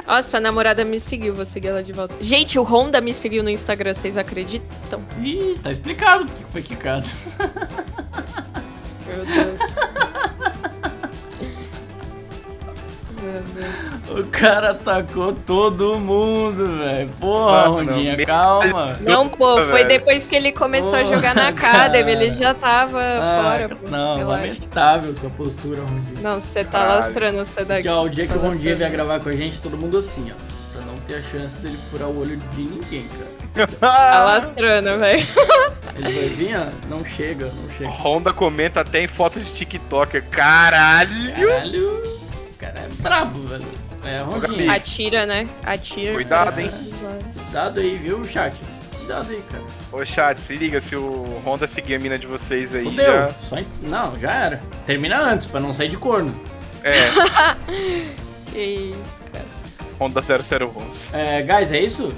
S5: Nossa, a namorada me seguiu, vou seguir ela de volta. Gente, o Honda me seguiu no Instagram, vocês acreditam?
S3: Ih, tá explicado porque foi quicado.
S5: Meu Deus. Meu Deus.
S3: O cara atacou todo mundo, velho. Porra,
S4: Mano,
S3: Rondinha,
S4: Tá, meu
S3: calma.
S5: Não, pô, foi
S4: velho.
S5: depois que ele começou a
S3: Porra,
S5: jogar na
S3: cara.
S5: Academy, ele já tava
S3: Ah,
S5: fora, pô.
S3: não,
S5: relaxa.
S3: lamentável sua postura, Rondinha.
S5: Não, você tá
S4: Caralho.
S5: lastrando você daqui.
S3: Porque ó, o dia que o
S5: Tá
S3: Rondinha vier
S5: lastrando.
S3: gravar com a gente, todo mundo assim, ó. Pra não ter a chance dele furar o olho de ninguém, cara.
S5: Tá lastrando, velho.
S3: Ele vai vir, ó, não chega, não chega.
S4: Honda comenta até em foto de TikTok. Caralho!
S3: Caralho, o cara é brabo, velho. É, Rondinha,
S4: Gabi.
S5: Atira, né? Atira.
S4: Cuidado, hein?
S3: cuidado aí, viu, chat? Cuidado aí, cara.
S4: Ô chat, se liga, se o Honda seguir a mina de vocês aí
S3: Fudeu.
S4: já.
S3: Só en- Não, já era. Termina antes, pra não sair de corno.
S4: É,
S5: E-
S4: Honda 0011.
S3: É, guys, é isso?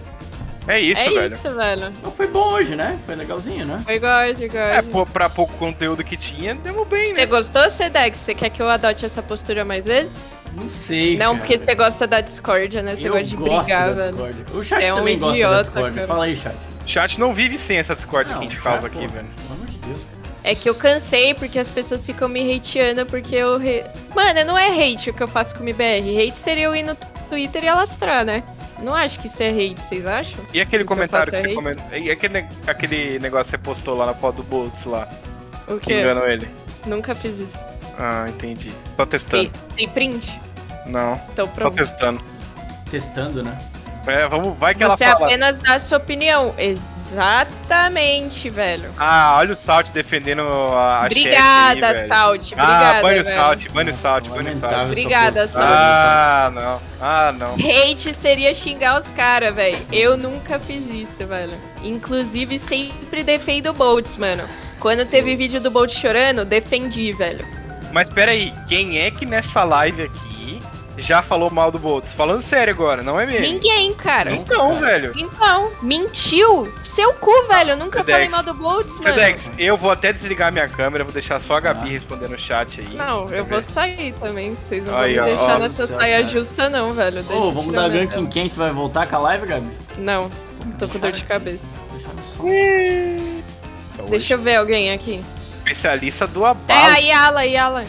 S4: É isso,
S5: é
S4: velho.
S5: isso, velho.
S3: Então foi bom hoje, né? Foi legalzinho, né?
S5: Foi gosto, gosto.
S4: É, pô, pra pouco conteúdo que tinha, demos bem, né?
S5: Você gostou, Sedex? Você quer que eu adote essa postura mais vezes?
S3: Não sei.
S5: Não,
S3: cara.
S5: porque você gosta da discórdia, né? Você
S3: Eu
S5: gosta de
S3: gosto
S5: brigar,
S3: da
S5: velho.
S3: Discord. O chat
S5: É um
S3: também gosta da
S5: idiota,
S3: Discord.
S5: cara.
S3: Fala aí, chat.
S5: É.
S4: Chat não vive sem essa discórdia que a gente
S3: o
S4: causa
S3: chat,
S4: aqui,
S3: pô,
S4: velho.
S3: Pelo amor de Deus, cara.
S5: É que eu cansei porque as pessoas ficam me hateando porque eu. Re... Mano, não é hate o que eu faço com o MBR. Hate seria eu ir no Twitter e alastrar, né? Não acho que isso é hate, vocês acham?
S4: E aquele
S5: Então
S4: comentário que
S5: passa
S4: você
S5: aí.
S4: comentou. E aquele, ne- aquele negócio que você postou lá na foto do Bolso lá,
S5: O
S4: que
S5: quê?
S4: enganou ele.
S5: Nunca fiz isso.
S4: Ah, entendi. Tô testando.
S5: Tem, tem print?
S4: Não,
S5: Então
S4: tô
S5: pronto.
S4: testando.
S3: Testando, né?
S4: É, vamos, vai que ela
S5: Você
S4: fala.
S5: apenas dá sua opinião. Exatamente, velho.
S4: Ah, olha o Salt defendendo a a chefe aí,
S5: Obrigada,
S4: velho.
S5: Salt. Obrigada,
S4: Ah, banho o
S5: velho.
S4: Salt, banho o
S3: Nossa,
S4: Salt, banho o
S3: lamentável
S4: Salt.
S3: essa
S5: Obrigada,
S3: postura, né,
S4: Ah, não. Ah, não.
S5: Hate seria xingar os caras, velho. Eu nunca fiz isso, velho. Inclusive, sempre defendo o Boltz, mano. Quando teve vídeo do Bolt chorando, defendi, velho.
S4: Mas peraí, quem é que nessa live aqui já falou mal do Boltz? Falando sério agora, não é mesmo?
S5: Ninguém, cara.
S3: Não.
S4: Então,
S3: Cara.
S4: velho.
S5: Então, mentiu. Seu cu, velho. Eu nunca
S4: Sedex.
S5: falei mal do Boltz, mano.
S4: Sedex, eu vou até desligar minha câmera, vou deixar só a Gabi responder no chat aí.
S5: Não, eu vou sair também. Vocês não vão
S4: Aí,
S5: me
S4: ó,
S5: deixar
S4: ó,
S5: nessa
S3: céu,
S5: saia
S3: cara.
S5: justa, não, velho.
S3: Ô, vamos dar gank em quem? Tu vai voltar com a live, Gabi?
S5: Não,
S3: Pô,
S5: tô com dor de
S3: deixa-
S5: cabeça.
S3: Deixa eu só.
S4: Só
S5: Deixa
S4: hoje.
S5: eu ver alguém aqui.
S4: Especialista do
S5: É,
S4: abalo.
S5: a Yala, Yala.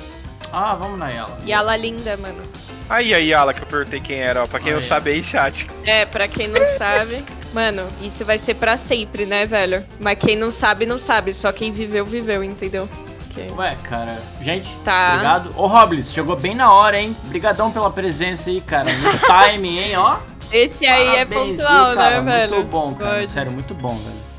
S3: Ah, vamos na Yala.
S5: Yala linda, mano.
S4: Aí, aí, Ala, que eu perguntei quem era, ó. Pra quem não
S3: Aí.
S4: sabe aí, chat.
S5: É, pra quem não sabe, mano, isso vai ser pra sempre, né, velho? Mas quem não sabe, não sabe. Só quem viveu, viveu, entendeu? Ok.
S3: Ué, cara. Gente,
S5: Tá.
S3: obrigado. Ô, Robles, chegou bem na hora, hein? Obrigadão pela presença aí, cara. No timing, hein, ó.
S5: Esse aí é
S3: Parabéns,
S5: pontual,
S3: viu, cara?
S5: né, velho?
S3: Muito bom, cara.
S5: Pode.
S3: Sério, muito bom, velho.